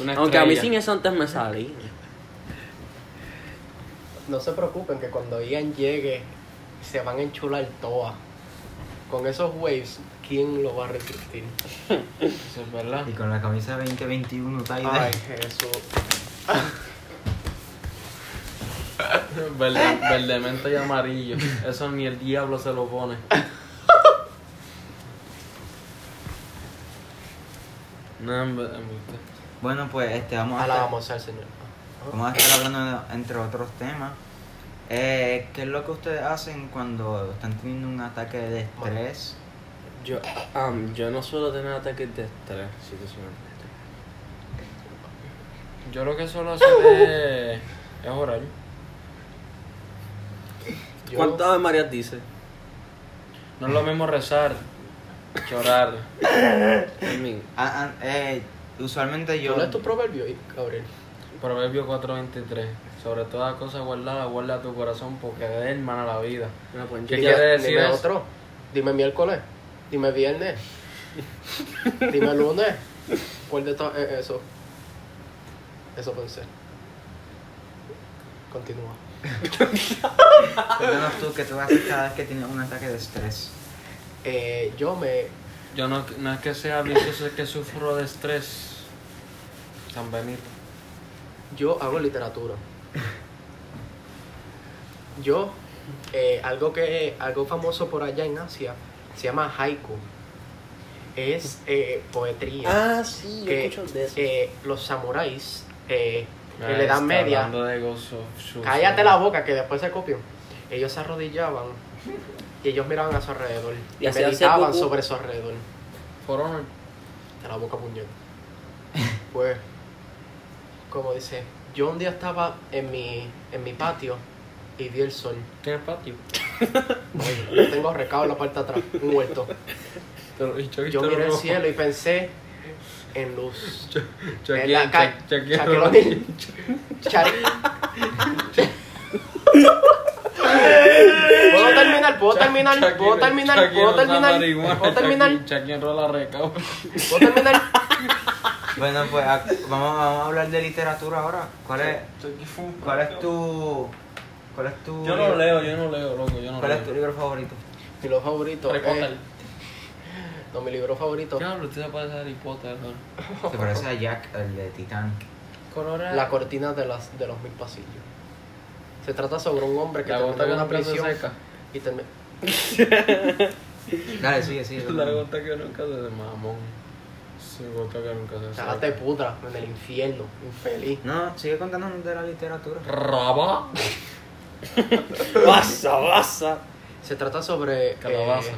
Speaker 1: una
Speaker 4: Aunque a mí
Speaker 1: estrella.
Speaker 4: sin eso antes me salí.
Speaker 3: No se preocupen que cuando Ian llegue, se van a enchular todas. Con esos waves, ¿quién lo va a resistir?
Speaker 1: Eso es verdad. (laughs)
Speaker 2: Y con la camisa 2021 Tide.
Speaker 3: Ay, Jesús.
Speaker 1: Verde, verde menta y amarillo. Eso ni el diablo se lo
Speaker 4: (laughs)
Speaker 1: pone. No, en ver- en verdad.
Speaker 2: Bueno, pues este, vamos a, estar,
Speaker 3: Alabamos al Señor.
Speaker 2: vamos a estar hablando de- entre otros temas. Eh, ¿Qué es lo que ustedes hacen cuando están teniendo un ataque de estrés?
Speaker 4: Yo, am, yo no suelo tener ataques de estrés, si te suena.
Speaker 1: Yo lo que suelo hacer es, es orar.
Speaker 3: Yo-
Speaker 4: ¿Cuántas Ave Marías dice?
Speaker 1: No es lo mismo rezar que orar. I mean,
Speaker 2: Ah, ah, eh, usualmente yo.
Speaker 3: ¿No es tu proverbio, Gabriel?
Speaker 1: Proverbio 4.23. Sobre toda cosa guardada, guarda tu corazón porque de él mana la vida.
Speaker 4: Una
Speaker 1: ¿Qué
Speaker 4: ponche.
Speaker 3: Dime-
Speaker 1: quiere decir
Speaker 3: dime
Speaker 1: eso?
Speaker 3: otro. Dime miércoles. Dime viernes. dime lunes. ¿Cuál de to- eh, eso? Eso pensé. Continúa.
Speaker 2: Cuéntanos tú que tú haces cada vez que tienes un ataque de estrés.
Speaker 3: Eh, yo me.
Speaker 1: Yo no, no es que sea vicioso, es que sufro de estrés. San Benito.
Speaker 3: Yo hago literatura. Yo, eh, algo que algo famoso por allá en Asia se llama haiku. Es eh, poetría.
Speaker 4: Ah, sí, yo
Speaker 3: que,
Speaker 4: escucho de eso.
Speaker 3: eh, los samuráis eh,
Speaker 1: Ah,
Speaker 3: en la edad
Speaker 1: está
Speaker 3: media.
Speaker 1: hablando de Ghost of Tsushima.
Speaker 3: Cállate la boca que después se copian. Ellos se arrodillaban y ellos miraban a su alrededor y,
Speaker 4: Y hacían
Speaker 3: meditaban
Speaker 4: seppuku.
Speaker 3: sobre su alrededor.
Speaker 1: For honor.
Speaker 3: De la boca puñet. Pues, como dice, yo un día estaba en mi, en mi patio y vi el sol.
Speaker 1: ¿Tienes patio?
Speaker 3: Oye, yo tengo recado en la parte de atrás, un huerto.
Speaker 1: Te lo he dicho,
Speaker 3: Yo
Speaker 1: te lo
Speaker 3: miré el
Speaker 1: robo.
Speaker 3: cielo y pensé en luz.
Speaker 1: Yo
Speaker 3: en
Speaker 1: aquí,
Speaker 3: la calle.
Speaker 1: yo- yo aquí-
Speaker 3: Shaquille O'Neal. Shaq- ¿Puedo terminar? ¿Puedo terminar? ¿Puedo terminar? ¿Puedo terminar? ¿Puedo terminar?
Speaker 1: Chucky enrola recao.
Speaker 3: ¿Puedo terminar?
Speaker 2: Bueno, pues a- vamos, vamos a hablar de literatura ahora. ¿Cuál es, cuál es tu. ¿Cuál es tu.
Speaker 1: Yo no leo, yo no leo, loco, yo no
Speaker 2: ¿Cuál
Speaker 1: leo.
Speaker 2: es tu libro favorito?
Speaker 3: Mi libro favorito.
Speaker 1: Harry
Speaker 3: eh,
Speaker 1: Potter.
Speaker 3: no, mi libro favorito.
Speaker 1: ¿Qué hablo? Usted se parece a Harry Potter, ¿no?
Speaker 2: Te parece a Jack, el de Titanic.
Speaker 1: Colora.
Speaker 3: La cortina de, las, de los mil pasillos. Se trata sobre un hombre que
Speaker 1: La
Speaker 3: termina
Speaker 1: gota
Speaker 3: en
Speaker 1: que
Speaker 3: una
Speaker 1: nunca se
Speaker 3: prisión
Speaker 1: seca.
Speaker 3: y termina...
Speaker 2: Dale,
Speaker 1: (laughs)
Speaker 2: sigue, sigue.
Speaker 1: La gota que nunca se seca. Mamón. Se gota que nunca se seca.
Speaker 3: Cágate puta en el infierno, infeliz.
Speaker 2: No, sigue contándonos de la literatura.
Speaker 1: Raba.
Speaker 4: Baza, baza.
Speaker 3: Se trata sobre eh,
Speaker 1: Calabaza.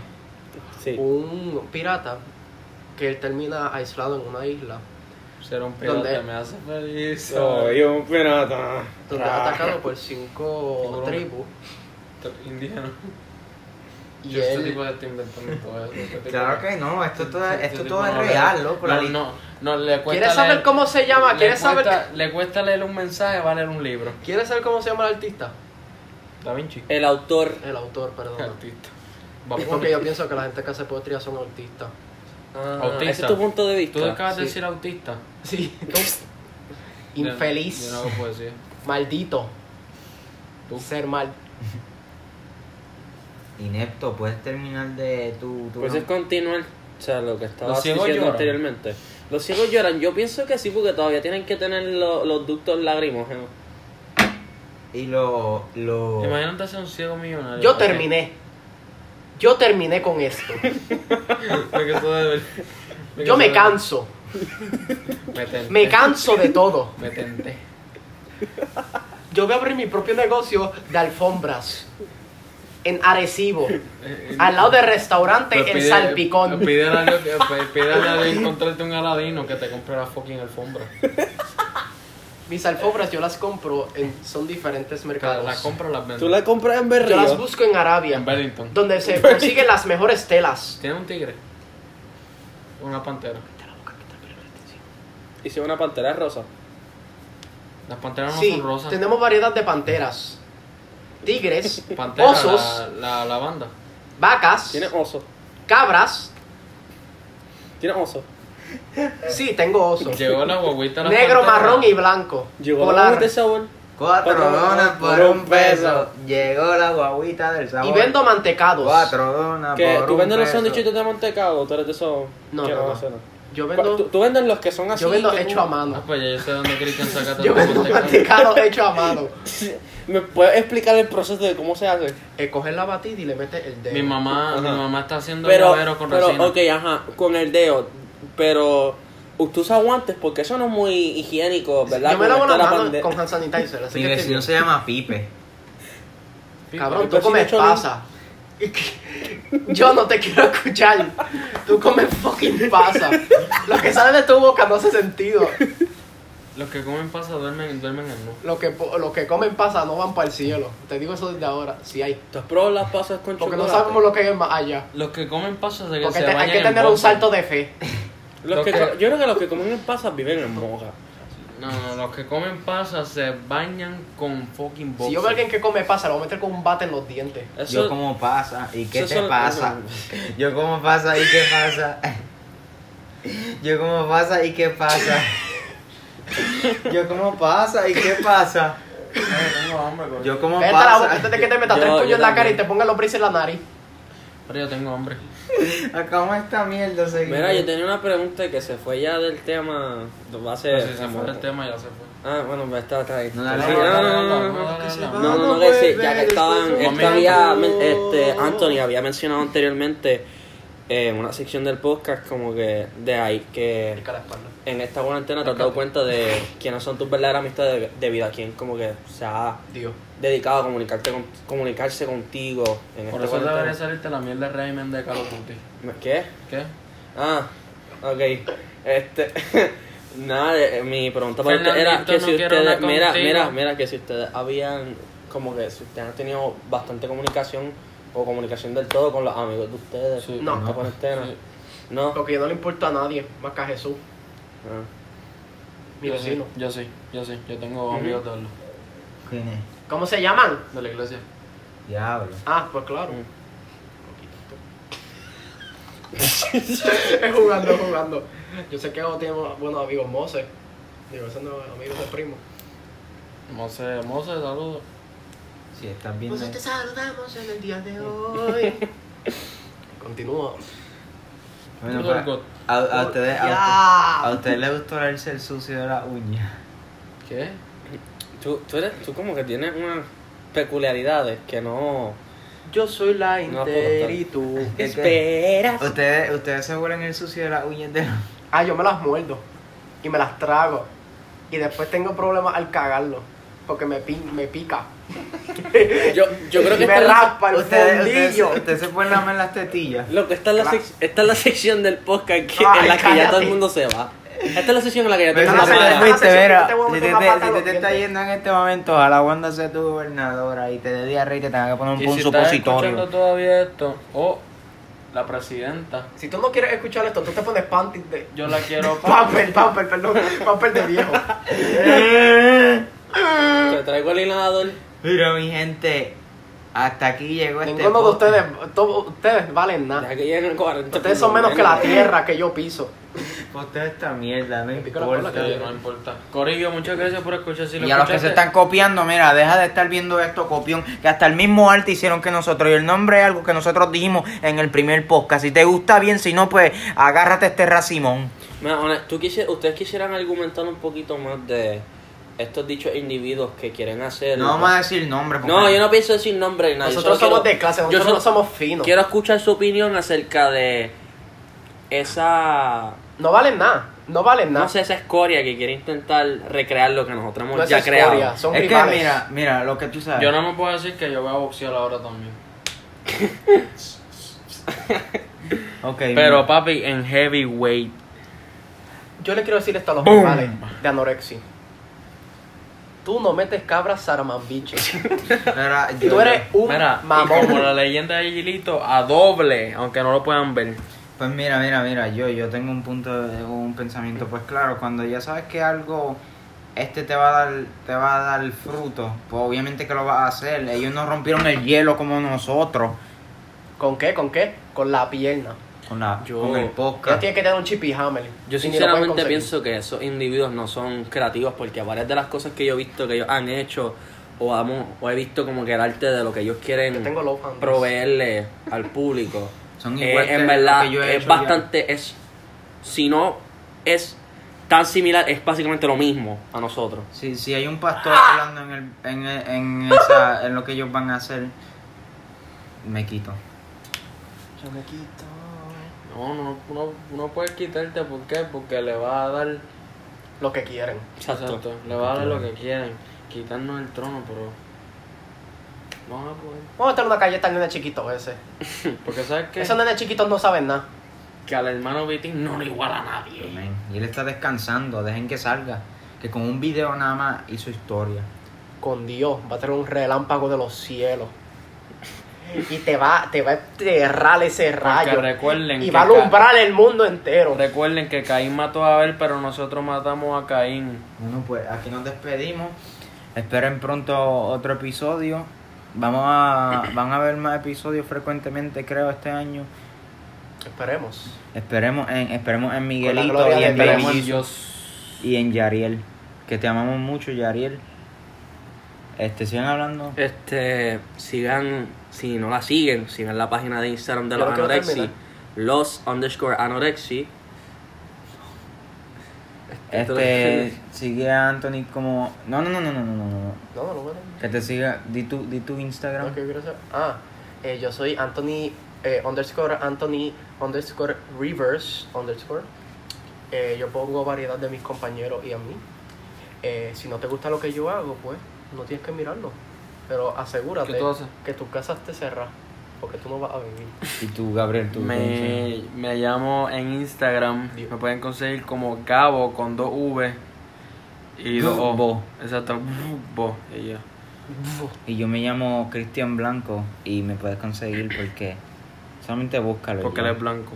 Speaker 4: Sí.
Speaker 3: un pirata que él termina aislado en una isla
Speaker 1: Ser un
Speaker 3: ¿Dónde?
Speaker 1: pirata me hace feliz.
Speaker 4: Soy un pirata.
Speaker 3: donde es atacado por cinco
Speaker 1: Tiburón.
Speaker 3: tribus
Speaker 1: Indiano.
Speaker 3: y
Speaker 1: Yo este
Speaker 3: él
Speaker 1: tipo de está inventando todo eso. este tipo
Speaker 2: Claro
Speaker 1: de-
Speaker 2: que no, esto todo,
Speaker 1: este
Speaker 2: esto
Speaker 1: tipo
Speaker 2: todo es
Speaker 1: no lee.
Speaker 2: real, loco. la
Speaker 1: No,
Speaker 2: li-
Speaker 1: no, no, le cuesta
Speaker 3: ¿Quieres saber
Speaker 1: leer-
Speaker 3: cómo se llama?
Speaker 1: le
Speaker 3: ¿Quieres saber
Speaker 1: cuesta- Le cuesta leer un mensaje, va a leer un libro.
Speaker 3: ¿Quieres saber cómo se llama el artista?
Speaker 1: Da (laughs) Vinci.
Speaker 4: El autor.
Speaker 3: El autor, perdón.
Speaker 1: Artista.
Speaker 3: Es porque yo pienso que la gente que hace poesía son autistas.
Speaker 4: Ah,
Speaker 1: Autista.
Speaker 4: Ese es tu punto de
Speaker 1: Tú
Speaker 4: vista.
Speaker 1: acabas de
Speaker 3: Sí.
Speaker 1: decir autista.
Speaker 3: Sí. (laughs) Infeliz.
Speaker 1: Yo, yo no hago poesía.
Speaker 3: Maldito.
Speaker 1: Tú.
Speaker 3: Ser mal.
Speaker 2: Inepto, puedes terminar de tu. tu
Speaker 4: Pues es continuar. O sea, lo que estaba
Speaker 1: ¿Los ciegos
Speaker 4: diciendo
Speaker 1: lloran?
Speaker 4: anteriormente. Los ciegos lloran. Yo pienso que sí, porque todavía tienen que tener lo- los ductos lagrimógenos.
Speaker 2: Y lo.
Speaker 1: Oh.
Speaker 2: lo...
Speaker 1: Imagínate ser un ciego millonario.
Speaker 3: Yo
Speaker 1: ¿Para qué? (laughs)
Speaker 3: terminé. Yo terminé con esto.
Speaker 1: Me quedo de ver-
Speaker 3: Yo
Speaker 1: quedo
Speaker 3: me
Speaker 1: de-
Speaker 3: canso.
Speaker 1: Me tenté.
Speaker 3: Me canso de todo.
Speaker 1: Me tenté.
Speaker 3: Yo voy a abrir mi propio negocio de alfombras. En
Speaker 1: (laughs)
Speaker 3: Arecibo. Al lado del restaurante
Speaker 1: Pues
Speaker 3: en
Speaker 1: pide-
Speaker 3: Salpicón.
Speaker 1: Pídele a Dios que-
Speaker 3: (laughs)
Speaker 1: pe- pídele a Dios encontrarte un aladino que te compre la fucking alfombra.
Speaker 3: Mis alfombras yo las compro en son diferentes
Speaker 1: La,
Speaker 3: mercados.
Speaker 1: la compra o las vende.
Speaker 4: Tú la compras en Berrío.
Speaker 3: yo las busco en Arabia,
Speaker 1: En Wellington.
Speaker 3: donde
Speaker 1: (laughs)
Speaker 3: se consiguen las mejores telas.
Speaker 1: Tiene un tigre. Una pantera.
Speaker 4: Hice una pantera rosa.
Speaker 1: Las panteras no
Speaker 3: Sí,
Speaker 1: son rosas.
Speaker 3: tenemos variedad de panteras, tigres,
Speaker 1: Pantera,
Speaker 3: osos,
Speaker 1: la, la lavanda.
Speaker 3: vacas,
Speaker 4: Tiene oso.
Speaker 3: cabras.
Speaker 4: Tiene oso.
Speaker 3: Sí, tengo osos.
Speaker 1: Llegó la guaguita. de la
Speaker 3: Negro,
Speaker 1: pantera.
Speaker 3: marrón y blanco.
Speaker 4: Llegó la
Speaker 3: Polar.
Speaker 4: de sabor.
Speaker 2: Cuatro
Speaker 4: Cuatro
Speaker 2: donas por un peso. Llegó la guaguita del sabor.
Speaker 3: Y vendo mantecados.
Speaker 2: Cuatro donas
Speaker 4: Que
Speaker 2: por
Speaker 4: tú
Speaker 2: un
Speaker 4: vendes los
Speaker 2: peso.
Speaker 4: sándwichitos de mantecado, tú eres de esos.
Speaker 3: No,
Speaker 4: que
Speaker 3: no, no.
Speaker 4: hacen.
Speaker 3: Yo
Speaker 4: ¿Tú,
Speaker 3: vendo,
Speaker 4: tú vendes los que son así.
Speaker 3: yo vendo
Speaker 4: que tú-
Speaker 3: hecho a
Speaker 1: Ah,
Speaker 3: mano.
Speaker 1: pues ya yo sé dónde Cristian
Speaker 3: (laughs)
Speaker 1: saca este
Speaker 3: Yo vendo mantecados hecho a mano.
Speaker 4: ¿Me puedes explicar el proceso de cómo se hace?
Speaker 3: Eh, coges la batida y le metes el dedo.
Speaker 1: Mi mamá, mi mamá está haciendo
Speaker 4: Pero,
Speaker 1: llavero con
Speaker 4: pero
Speaker 1: resina.
Speaker 4: ok, ajá, con el dedo. Pero usted usa guantes porque eso no es muy higiénico, ¿verdad?
Speaker 3: Yo me
Speaker 4: Con
Speaker 3: lavo
Speaker 4: esto
Speaker 3: las
Speaker 4: de la
Speaker 3: manos
Speaker 4: pande-
Speaker 3: con hand sanitizer, así
Speaker 2: Mi
Speaker 3: que estoy
Speaker 2: vecino se llama Pipe.
Speaker 1: Sí,
Speaker 3: Cabrón,
Speaker 4: Pero
Speaker 3: tú
Speaker 4: si
Speaker 3: comes
Speaker 4: me echo lin-
Speaker 3: pasa. (laughs) Yo no te quiero escuchar. Tú comes fucking pasa. Lo que sale de tu boca no hace sentido.
Speaker 1: Los que comen pasa duermen, duermen en nu.
Speaker 3: Los que, po- los que comen pasa no van para el cielo. Te digo eso desde ahora, si hay.
Speaker 4: ¿Tú has probado las pasas con
Speaker 3: Porque
Speaker 4: chocolate?
Speaker 3: no sabemos lo que hay en más allá.
Speaker 1: Los que comen pasas se,
Speaker 3: Porque
Speaker 1: se
Speaker 3: te- hay
Speaker 1: bañan
Speaker 3: que
Speaker 1: en
Speaker 3: tener un
Speaker 1: boxer.
Speaker 3: salto de fe.
Speaker 4: Los
Speaker 1: lo
Speaker 4: que
Speaker 1: que-
Speaker 4: co- Yo creo que los que comen en pasas viven en moja.
Speaker 1: No, no, los que comen pasas se bañan con fucking boxer.
Speaker 3: Si yo veo a alguien que come pasa, lo voy a meter con un bate en los dientes.
Speaker 2: Yo
Speaker 1: Eso,
Speaker 2: como pasa y qué
Speaker 4: eso
Speaker 2: te
Speaker 4: son-
Speaker 2: pasa. (laughs) Yo como pasa y qué pasa. (laughs) Yo como pasa y qué pasa. Yo como pasa y qué pasa.
Speaker 1: tengo hambre, coño.
Speaker 2: Yo como
Speaker 3: Vete a la boca
Speaker 2: pasa.
Speaker 3: antes de que te metas
Speaker 4: Yo-
Speaker 3: tres puños
Speaker 4: yo
Speaker 3: en la cara y
Speaker 4: también.
Speaker 3: te pongan los brises en la nariz.
Speaker 1: Pero yo tengo hambre.
Speaker 2: Acabamos esta mierda, seguimos.
Speaker 4: Mira, yo tenía una pregunta que se fue ya del tema. Va a
Speaker 1: Pero
Speaker 4: ser.
Speaker 1: si se fue el tema, ya se fue.
Speaker 4: Ah, bueno, pues está, está ahí.
Speaker 2: No,
Speaker 4: Sí,
Speaker 2: dale,
Speaker 4: no,
Speaker 2: dale,
Speaker 4: no,
Speaker 2: dale,
Speaker 4: no,
Speaker 2: dale,
Speaker 4: no,
Speaker 2: dale.
Speaker 4: no.
Speaker 1: que se
Speaker 4: No,
Speaker 1: va.
Speaker 4: no, no, que sí, ya que estaban, esto había, men- este, Anthony había mencionado anteriormente eh, en una sección del podcast como que de ahí que
Speaker 3: Cerca la espalda.
Speaker 4: en esta cuarentena te has dado cuenta de quiénes son tus verdaderas amistades de- debido a quién como que se ha
Speaker 3: Dios.
Speaker 4: dedicado a comunicarte con- comunicarse contigo en
Speaker 1: Por
Speaker 4: esta
Speaker 1: eso debería
Speaker 4: cuarentena.
Speaker 1: salirte la mierda de Raymond de Call of Duty.
Speaker 4: ¿Qué?
Speaker 1: ¿Qué?
Speaker 4: Ah, ok. Este, (laughs) nada, eh, mi pregunta para usted era
Speaker 1: Fernandito,
Speaker 4: que
Speaker 1: no
Speaker 4: si
Speaker 1: quiero
Speaker 4: ustedes,
Speaker 1: hablar
Speaker 4: mira,
Speaker 1: contigo.
Speaker 4: mira, mira, que si ustedes habían, como que si ustedes han tenido bastante comunicación o comunicación del todo con los amigos de ustedes
Speaker 1: Sí.
Speaker 4: en
Speaker 3: No.
Speaker 4: esta cuarentena.
Speaker 1: Sí.
Speaker 4: No.
Speaker 3: Porque yo no le importa a nadie, más que a Jesús,
Speaker 4: Ah.
Speaker 3: mi
Speaker 1: Yo sí,
Speaker 3: vecino.
Speaker 1: yo sí, yo sí. Yo tengo amigos de, la-
Speaker 2: ¿Quién es?
Speaker 3: ¿Cómo se llaman?
Speaker 1: de la iglesia.
Speaker 2: Diablo.
Speaker 3: Ah, pues claro.
Speaker 4: Mm.
Speaker 3: (laughs) Es jugando, es jugando. Yo sé que no tiene buenos amigos, Moses. Digo, esos no amigos de primo.
Speaker 1: Mose, Mose, saludos.
Speaker 2: Si estás viendo.
Speaker 3: Pues saludamos en el día de hoy. Mm. (laughs) Continúa. este
Speaker 2: Bueno,
Speaker 1: Todo el
Speaker 2: pues,
Speaker 1: got-
Speaker 2: a, a ustedes, a, a
Speaker 3: Ya.
Speaker 2: ustedes les gustó leerse el sucio de la uña.
Speaker 1: ¿Qué?
Speaker 4: Tú, tú eres, tú como que tienes unas peculiaridades que no...
Speaker 3: Yo soy la
Speaker 4: No puedo
Speaker 3: Inter
Speaker 4: estar.
Speaker 3: y tú.
Speaker 2: ¿Qué, qué?
Speaker 4: Esperas.
Speaker 2: Ustedes, ustedes se huelen el sucio de la uña de la-
Speaker 3: Ah, yo me las muerdo. Y me las trago. Y después tengo problemas al cagarlo. Porque me, pin- me pica.
Speaker 4: Yo, yo creo que
Speaker 3: me
Speaker 4: esta es la-
Speaker 3: raspa el
Speaker 2: Ustedes, ustedes,
Speaker 3: fondillo.
Speaker 2: ustedes se pueden lamer las tetillas.
Speaker 4: Loco, esta es la,
Speaker 3: Claro.
Speaker 4: sec- esta es la sección del podcast que-
Speaker 3: Ay,
Speaker 4: en la que ya
Speaker 3: cállate.
Speaker 4: todo el mundo se va. Esta es la sección en la que ya todo el
Speaker 2: Pero
Speaker 3: Están
Speaker 4: mundo
Speaker 2: si
Speaker 4: se
Speaker 2: te
Speaker 3: haciendo-
Speaker 4: va.
Speaker 3: haciendo-
Speaker 2: fuiste,
Speaker 3: te
Speaker 2: mira,
Speaker 3: voy a
Speaker 2: si
Speaker 3: meter una pata
Speaker 2: te,
Speaker 3: en
Speaker 2: te- si
Speaker 3: los
Speaker 2: te está
Speaker 3: dientes.
Speaker 2: yendo en este momento, ojalá Wanda sea tu gobernadora y te dé diarrea y te tenga que poner un,
Speaker 1: Y
Speaker 2: un
Speaker 1: si estás escuchando
Speaker 2: supositorio.
Speaker 1: todavía esto, oh, la presidenta,
Speaker 3: Si tú no quieres escuchar esto, tú te pones panties de.
Speaker 1: yo la
Speaker 2: (laughs)
Speaker 1: quiero pa-
Speaker 3: Pamper, pamper, perdón. Pamper de viejo.
Speaker 4: Te traigo el inhalador.
Speaker 2: (laughs) Mira, mi gente, hasta aquí llegó este
Speaker 3: Ninguno de
Speaker 2: podcast.
Speaker 3: ustedes, todos ustedes valen nada.
Speaker 4: Deja que lleguen 40
Speaker 3: Ustedes son menos que la tierra que yo piso.
Speaker 2: Ustedes esta mierda, no
Speaker 3: Me pico la cola
Speaker 2: importa.
Speaker 1: Eh, no importa. Corillo, muchas gracias por escuchar. Si lo
Speaker 2: Y a los que se
Speaker 1: escuchaste-
Speaker 2: están copiando, mira, deja de estar viendo esto, copión, que hasta el mismo arte hicieron que nosotros. Y el nombre es algo que nosotros dijimos en el primer podcast. Si te gusta bien, si no, pues agárrate este racimón.
Speaker 4: Mira, ahora, tú quisi- ustedes quisieran argumentar un poquito más de estos dichos individuos que quieren hacer.
Speaker 2: No vamos a decir nombre. porque-
Speaker 4: No, yo no pienso decir nombre ni nada. yo
Speaker 3: Nosotros
Speaker 4: solo
Speaker 3: somos
Speaker 4: quiero-
Speaker 3: de clase,
Speaker 4: yo
Speaker 3: nosotros
Speaker 4: solo
Speaker 3: no somos finos.
Speaker 4: Quiero escuchar su opinión acerca de esa.
Speaker 3: No valen nada. No valen nada.
Speaker 4: No sé, esa escoria que quiere intentar recrear lo que nosotros hemos
Speaker 3: No es
Speaker 4: ya
Speaker 3: escoria,
Speaker 4: creado.
Speaker 3: son
Speaker 2: es
Speaker 3: rivales.
Speaker 2: que mira, mira, lo que tú sabes.
Speaker 1: Yo no me puedo decir que yo voy a boxear ahora también.
Speaker 2: Ok,
Speaker 1: Pero
Speaker 2: mira.
Speaker 1: papi, en heavyweight.
Speaker 3: Yo le quiero decir esto a los
Speaker 2: Boom.
Speaker 3: rivales de anorexia. Tú no metes cabras saramambiche.
Speaker 2: Mira, yo-
Speaker 3: Tú eres un
Speaker 1: Mira, y como
Speaker 3: mamón.
Speaker 1: la leyenda de Gilito, a doble, aunque no lo puedan ver.
Speaker 2: Pues mira, mira, mira, yo, yo tengo un punto, de- un pensamiento. Pues claro, cuando ya sabes que algo, este te va a dar, te va a dar fruto, pues obviamente que lo vas a hacer. Ellos no rompieron el hielo como nosotros
Speaker 3: ¿Con qué? ¿Con qué? Con la pierna.
Speaker 2: con, la,
Speaker 4: Yo-
Speaker 2: con el
Speaker 3: Ya
Speaker 2: podcast.
Speaker 3: tiene que tener un chippy hammer. Y ni
Speaker 4: Yo
Speaker 3: lo pueden
Speaker 4: sinceramente
Speaker 3: conseguir.
Speaker 4: pienso que esos individuos no son creativos porque varias de las cosas que yo he visto que ellos han hecho o, amo- o he visto como que el arte de lo que ellos
Speaker 3: Yo
Speaker 4: quieren
Speaker 3: tengo low hands.
Speaker 4: proveerle al público
Speaker 2: Son
Speaker 4: eh,
Speaker 2: igual que
Speaker 4: en
Speaker 2: lo
Speaker 4: verdad
Speaker 2: que yo he
Speaker 4: es
Speaker 2: hecho ya.
Speaker 4: bastante es si no es tan similar es básicamente lo mismo a nosotros
Speaker 2: Si, si hay un pastor hablando en, el, en, e- en, esa, en lo que ellos van a hacer, me quito.
Speaker 3: Yo me quito.
Speaker 1: No, no, no, no puedes quitarte, ¿por qué? Porque le va a dar.
Speaker 3: Lo que quieren.
Speaker 4: Exacto.
Speaker 1: le va a dar lo que quieren. Quitarnos el trono, pero. No van a poder.
Speaker 3: Vamos a meterle una galleta al nene chiquito ese.
Speaker 1: Porque sabes que.
Speaker 3: Esos nenes chiquitos no saben nada.
Speaker 1: Que al hermano Vitín no lo iguala a nadie.
Speaker 2: Amén. Y él está descansando, dejen que salga. que con un video nada más hizo historia.
Speaker 3: Con Dios, va a tener un relámpago de los cielos. Y te va, te va a enterrar ese rayo.
Speaker 1: recuerden
Speaker 3: y
Speaker 1: que
Speaker 3: va a
Speaker 1: ca-
Speaker 3: alumbrar el mundo entero.
Speaker 1: Recuerden que Caín mató a Abel, pero nosotros matamos a Caín.
Speaker 2: Bueno, pues aquí nos despedimos. Esperen pronto otro episodio. Vamos
Speaker 3: (coughs)
Speaker 2: a, van a ver más episodios frecuentemente, creo, este año.
Speaker 3: Esperemos.
Speaker 2: Esperemos en, esperemos en Miguelito
Speaker 3: gloria
Speaker 2: y
Speaker 3: de
Speaker 2: en,
Speaker 3: Dios.
Speaker 1: Esperemos
Speaker 2: Baby
Speaker 1: en Dios.
Speaker 2: y en Yariel. Que te amamos mucho, Yariel. Este, siguen hablando.
Speaker 4: Este, sigan, si no la siguen, sigan la página de Instagram de
Speaker 3: Yo
Speaker 4: los
Speaker 3: no quiero
Speaker 4: anorexi.
Speaker 3: terminar.
Speaker 4: Los underscore anorexi.
Speaker 2: Este, sigue a Anthony como. No, no, no, no, no, no, no. no.
Speaker 3: No, no, no, bueno.
Speaker 2: Que te siga. Di tu, di tu Instagram.
Speaker 3: No, ¿qué quiero hacer? Ah, eh, yo soy Anthony eh, underscore Anthony underscore Rivers underscore. Eh, yo pongo variedad de mis compañeros y a mí. Eh, si no te gusta lo que yo hago, pues no tienes que mirarlo. Pero asegúrate
Speaker 1: ¿Qué tú haces?
Speaker 3: que tus casas te cerran, porque tú no vas a
Speaker 1: (laughs)
Speaker 3: vivir.
Speaker 2: Y tú, Gabriel, tú. tú,
Speaker 1: Me, me llamo en Instagram.
Speaker 3: Dios.
Speaker 1: Me pueden conseguir como Gabo con dos V y dos O.
Speaker 2: Bo.
Speaker 1: Exacto. Bo. Y yo.
Speaker 2: sí. Y yo me llamo Cristian Blanco. Y me puedes conseguir porque. Solamente búscalo.
Speaker 1: Porque
Speaker 2: ya.
Speaker 1: él es blanco.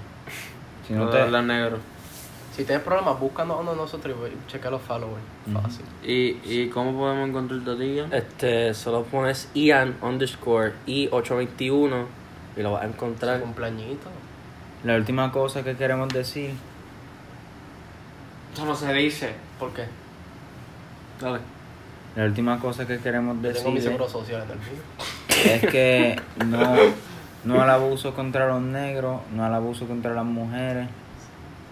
Speaker 2: Si no
Speaker 1: Todo
Speaker 2: te.
Speaker 1: él es negro.
Speaker 3: Si tienes problemas, búscanos a uno de nosotros y checa los followers. Fácil.
Speaker 1: ¿Y, ¿Y cómo podemos encontrarte a ti, Ian?
Speaker 4: Este, solo pones Ian underscore I821 y lo vas a encontrar.
Speaker 3: Su cumpleañito.
Speaker 2: La última cosa que queremos decir.
Speaker 1: Eso no se dice.
Speaker 3: ¿Por qué?
Speaker 1: Dale.
Speaker 2: La última cosa que queremos
Speaker 3: Yo
Speaker 2: decir.
Speaker 3: tengo mi
Speaker 2: es-
Speaker 3: seguro social en el mío.
Speaker 2: es que no, no al abuso contra los negros, no al abuso contra las mujeres,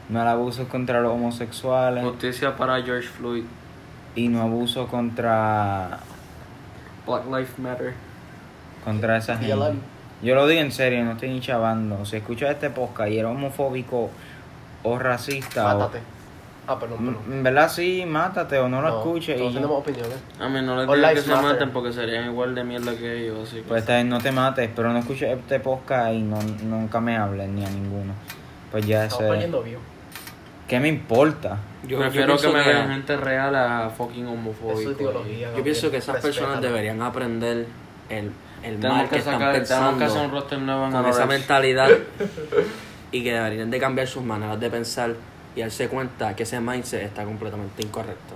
Speaker 2: no al abuso contra los homosexuales
Speaker 1: Justicia para George Floyd.
Speaker 2: y no abuso contra
Speaker 1: Black Lives Matter.
Speaker 2: contra esa gente.
Speaker 3: Yellow.
Speaker 2: Yo lo digo en serio, no estoy ni chavando. Si escuchas este podcast y eres homofóbico o racista, o-
Speaker 3: Mátate. Ah,
Speaker 1: Mm.
Speaker 3: perdón,
Speaker 2: M-
Speaker 3: perdón.
Speaker 2: Mm, en verdad sí, mátate o no lo escuches.
Speaker 3: Todos
Speaker 2: y-
Speaker 3: tenemos opiniones.
Speaker 1: A mí no les
Speaker 3: All
Speaker 1: digas que
Speaker 3: lives
Speaker 1: se
Speaker 3: matter.
Speaker 1: maten porque serían igual de mierda que ellos. Así que.
Speaker 2: Pues está bien, no te mates, pero no escuches este podcast y no, nunca me hables ni a ninguno. Pues ya
Speaker 3: Estamos
Speaker 2: ese.
Speaker 3: perdiendo view.
Speaker 2: ¿Qué me importa?
Speaker 4: Yo,
Speaker 1: Prefiero
Speaker 4: yo
Speaker 1: que
Speaker 4: pienso
Speaker 1: me vean gente real a fucking
Speaker 3: Es su
Speaker 1: homofóbico.
Speaker 3: ideología.
Speaker 4: Yo pienso que esas personas
Speaker 3: deberían
Speaker 4: deberían aprender el, el mal
Speaker 1: Tenemos
Speaker 4: que,
Speaker 1: que
Speaker 4: están
Speaker 1: sacar, tenemos que hacer un
Speaker 4: pensando
Speaker 1: roster nuevo en
Speaker 4: con esa
Speaker 1: Anorex.
Speaker 4: mentalidad y que deberían de cambiar sus maneras de pensar y darse cuenta que ese mindset está completamente incorrecto.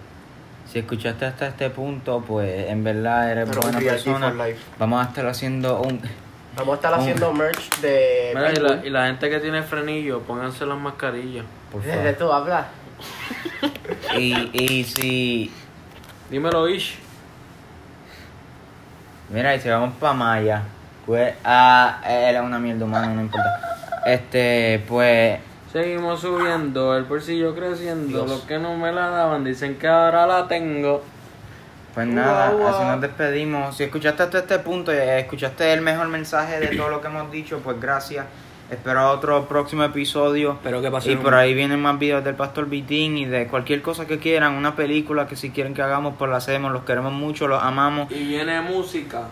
Speaker 2: Si escuchaste hasta este punto, pues en verdad eres
Speaker 3: Pero
Speaker 2: buena
Speaker 3: un reality for
Speaker 2: persona.
Speaker 3: life.
Speaker 2: Vamos a estar haciendo un...
Speaker 3: Vamos a estar haciendo merch de.
Speaker 1: Mira, y la, y la gente que tiene frenillo, pónganse las mascarillas.
Speaker 3: (laughs)
Speaker 2: Por
Speaker 3: Desde
Speaker 2: favor.
Speaker 3: tú hablas.
Speaker 2: Y, y si...
Speaker 1: Dímelo, Ish.
Speaker 2: Mira, y si vamos para Maya, pues... Ah, él es una mierda humana, no importa. Este, pues...
Speaker 1: Seguimos subiendo, el bolsillo creciendo.
Speaker 3: Dios.
Speaker 1: Los que no me la daban dicen que ahora la tengo.
Speaker 2: Pues nada,
Speaker 3: Guau, guau.
Speaker 2: así nos despedimos. Si escuchaste hasta este punto, eh, escuchaste el mejor mensaje de todo lo que hemos dicho, pues gracias. Espero otro próximo episodio.
Speaker 4: Espero que
Speaker 2: Y
Speaker 4: pasen
Speaker 2: por
Speaker 4: un-
Speaker 2: ahí vienen más videos del Pastor Vitín y de cualquier cosa que quieran, una película que si quieren que hagamos, pues la hacemos, los queremos mucho, los amamos.
Speaker 1: Y viene música.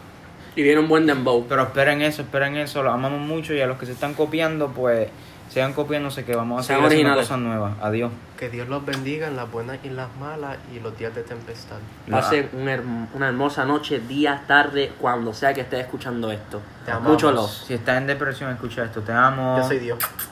Speaker 4: y viene un buen dembow.
Speaker 2: Pero esperen eso, esperen eso, los amamos mucho y a los que se están copiando, pues sigan copiándose que vamos a
Speaker 4: Sean
Speaker 2: seguir haciendo
Speaker 4: originales.
Speaker 2: cosas nuevas. Adiós.
Speaker 3: Que Dios los bendiga en las buenas y en las malas y los días de tempestad.
Speaker 4: Pasen un herm- una hermosa noche, día, tarde, cuando sea que estés escuchando esto.
Speaker 3: Te amamos.
Speaker 4: Muchos los.
Speaker 2: Si estás en depresión, escucha esto. Te amo.
Speaker 3: Yo soy Dios.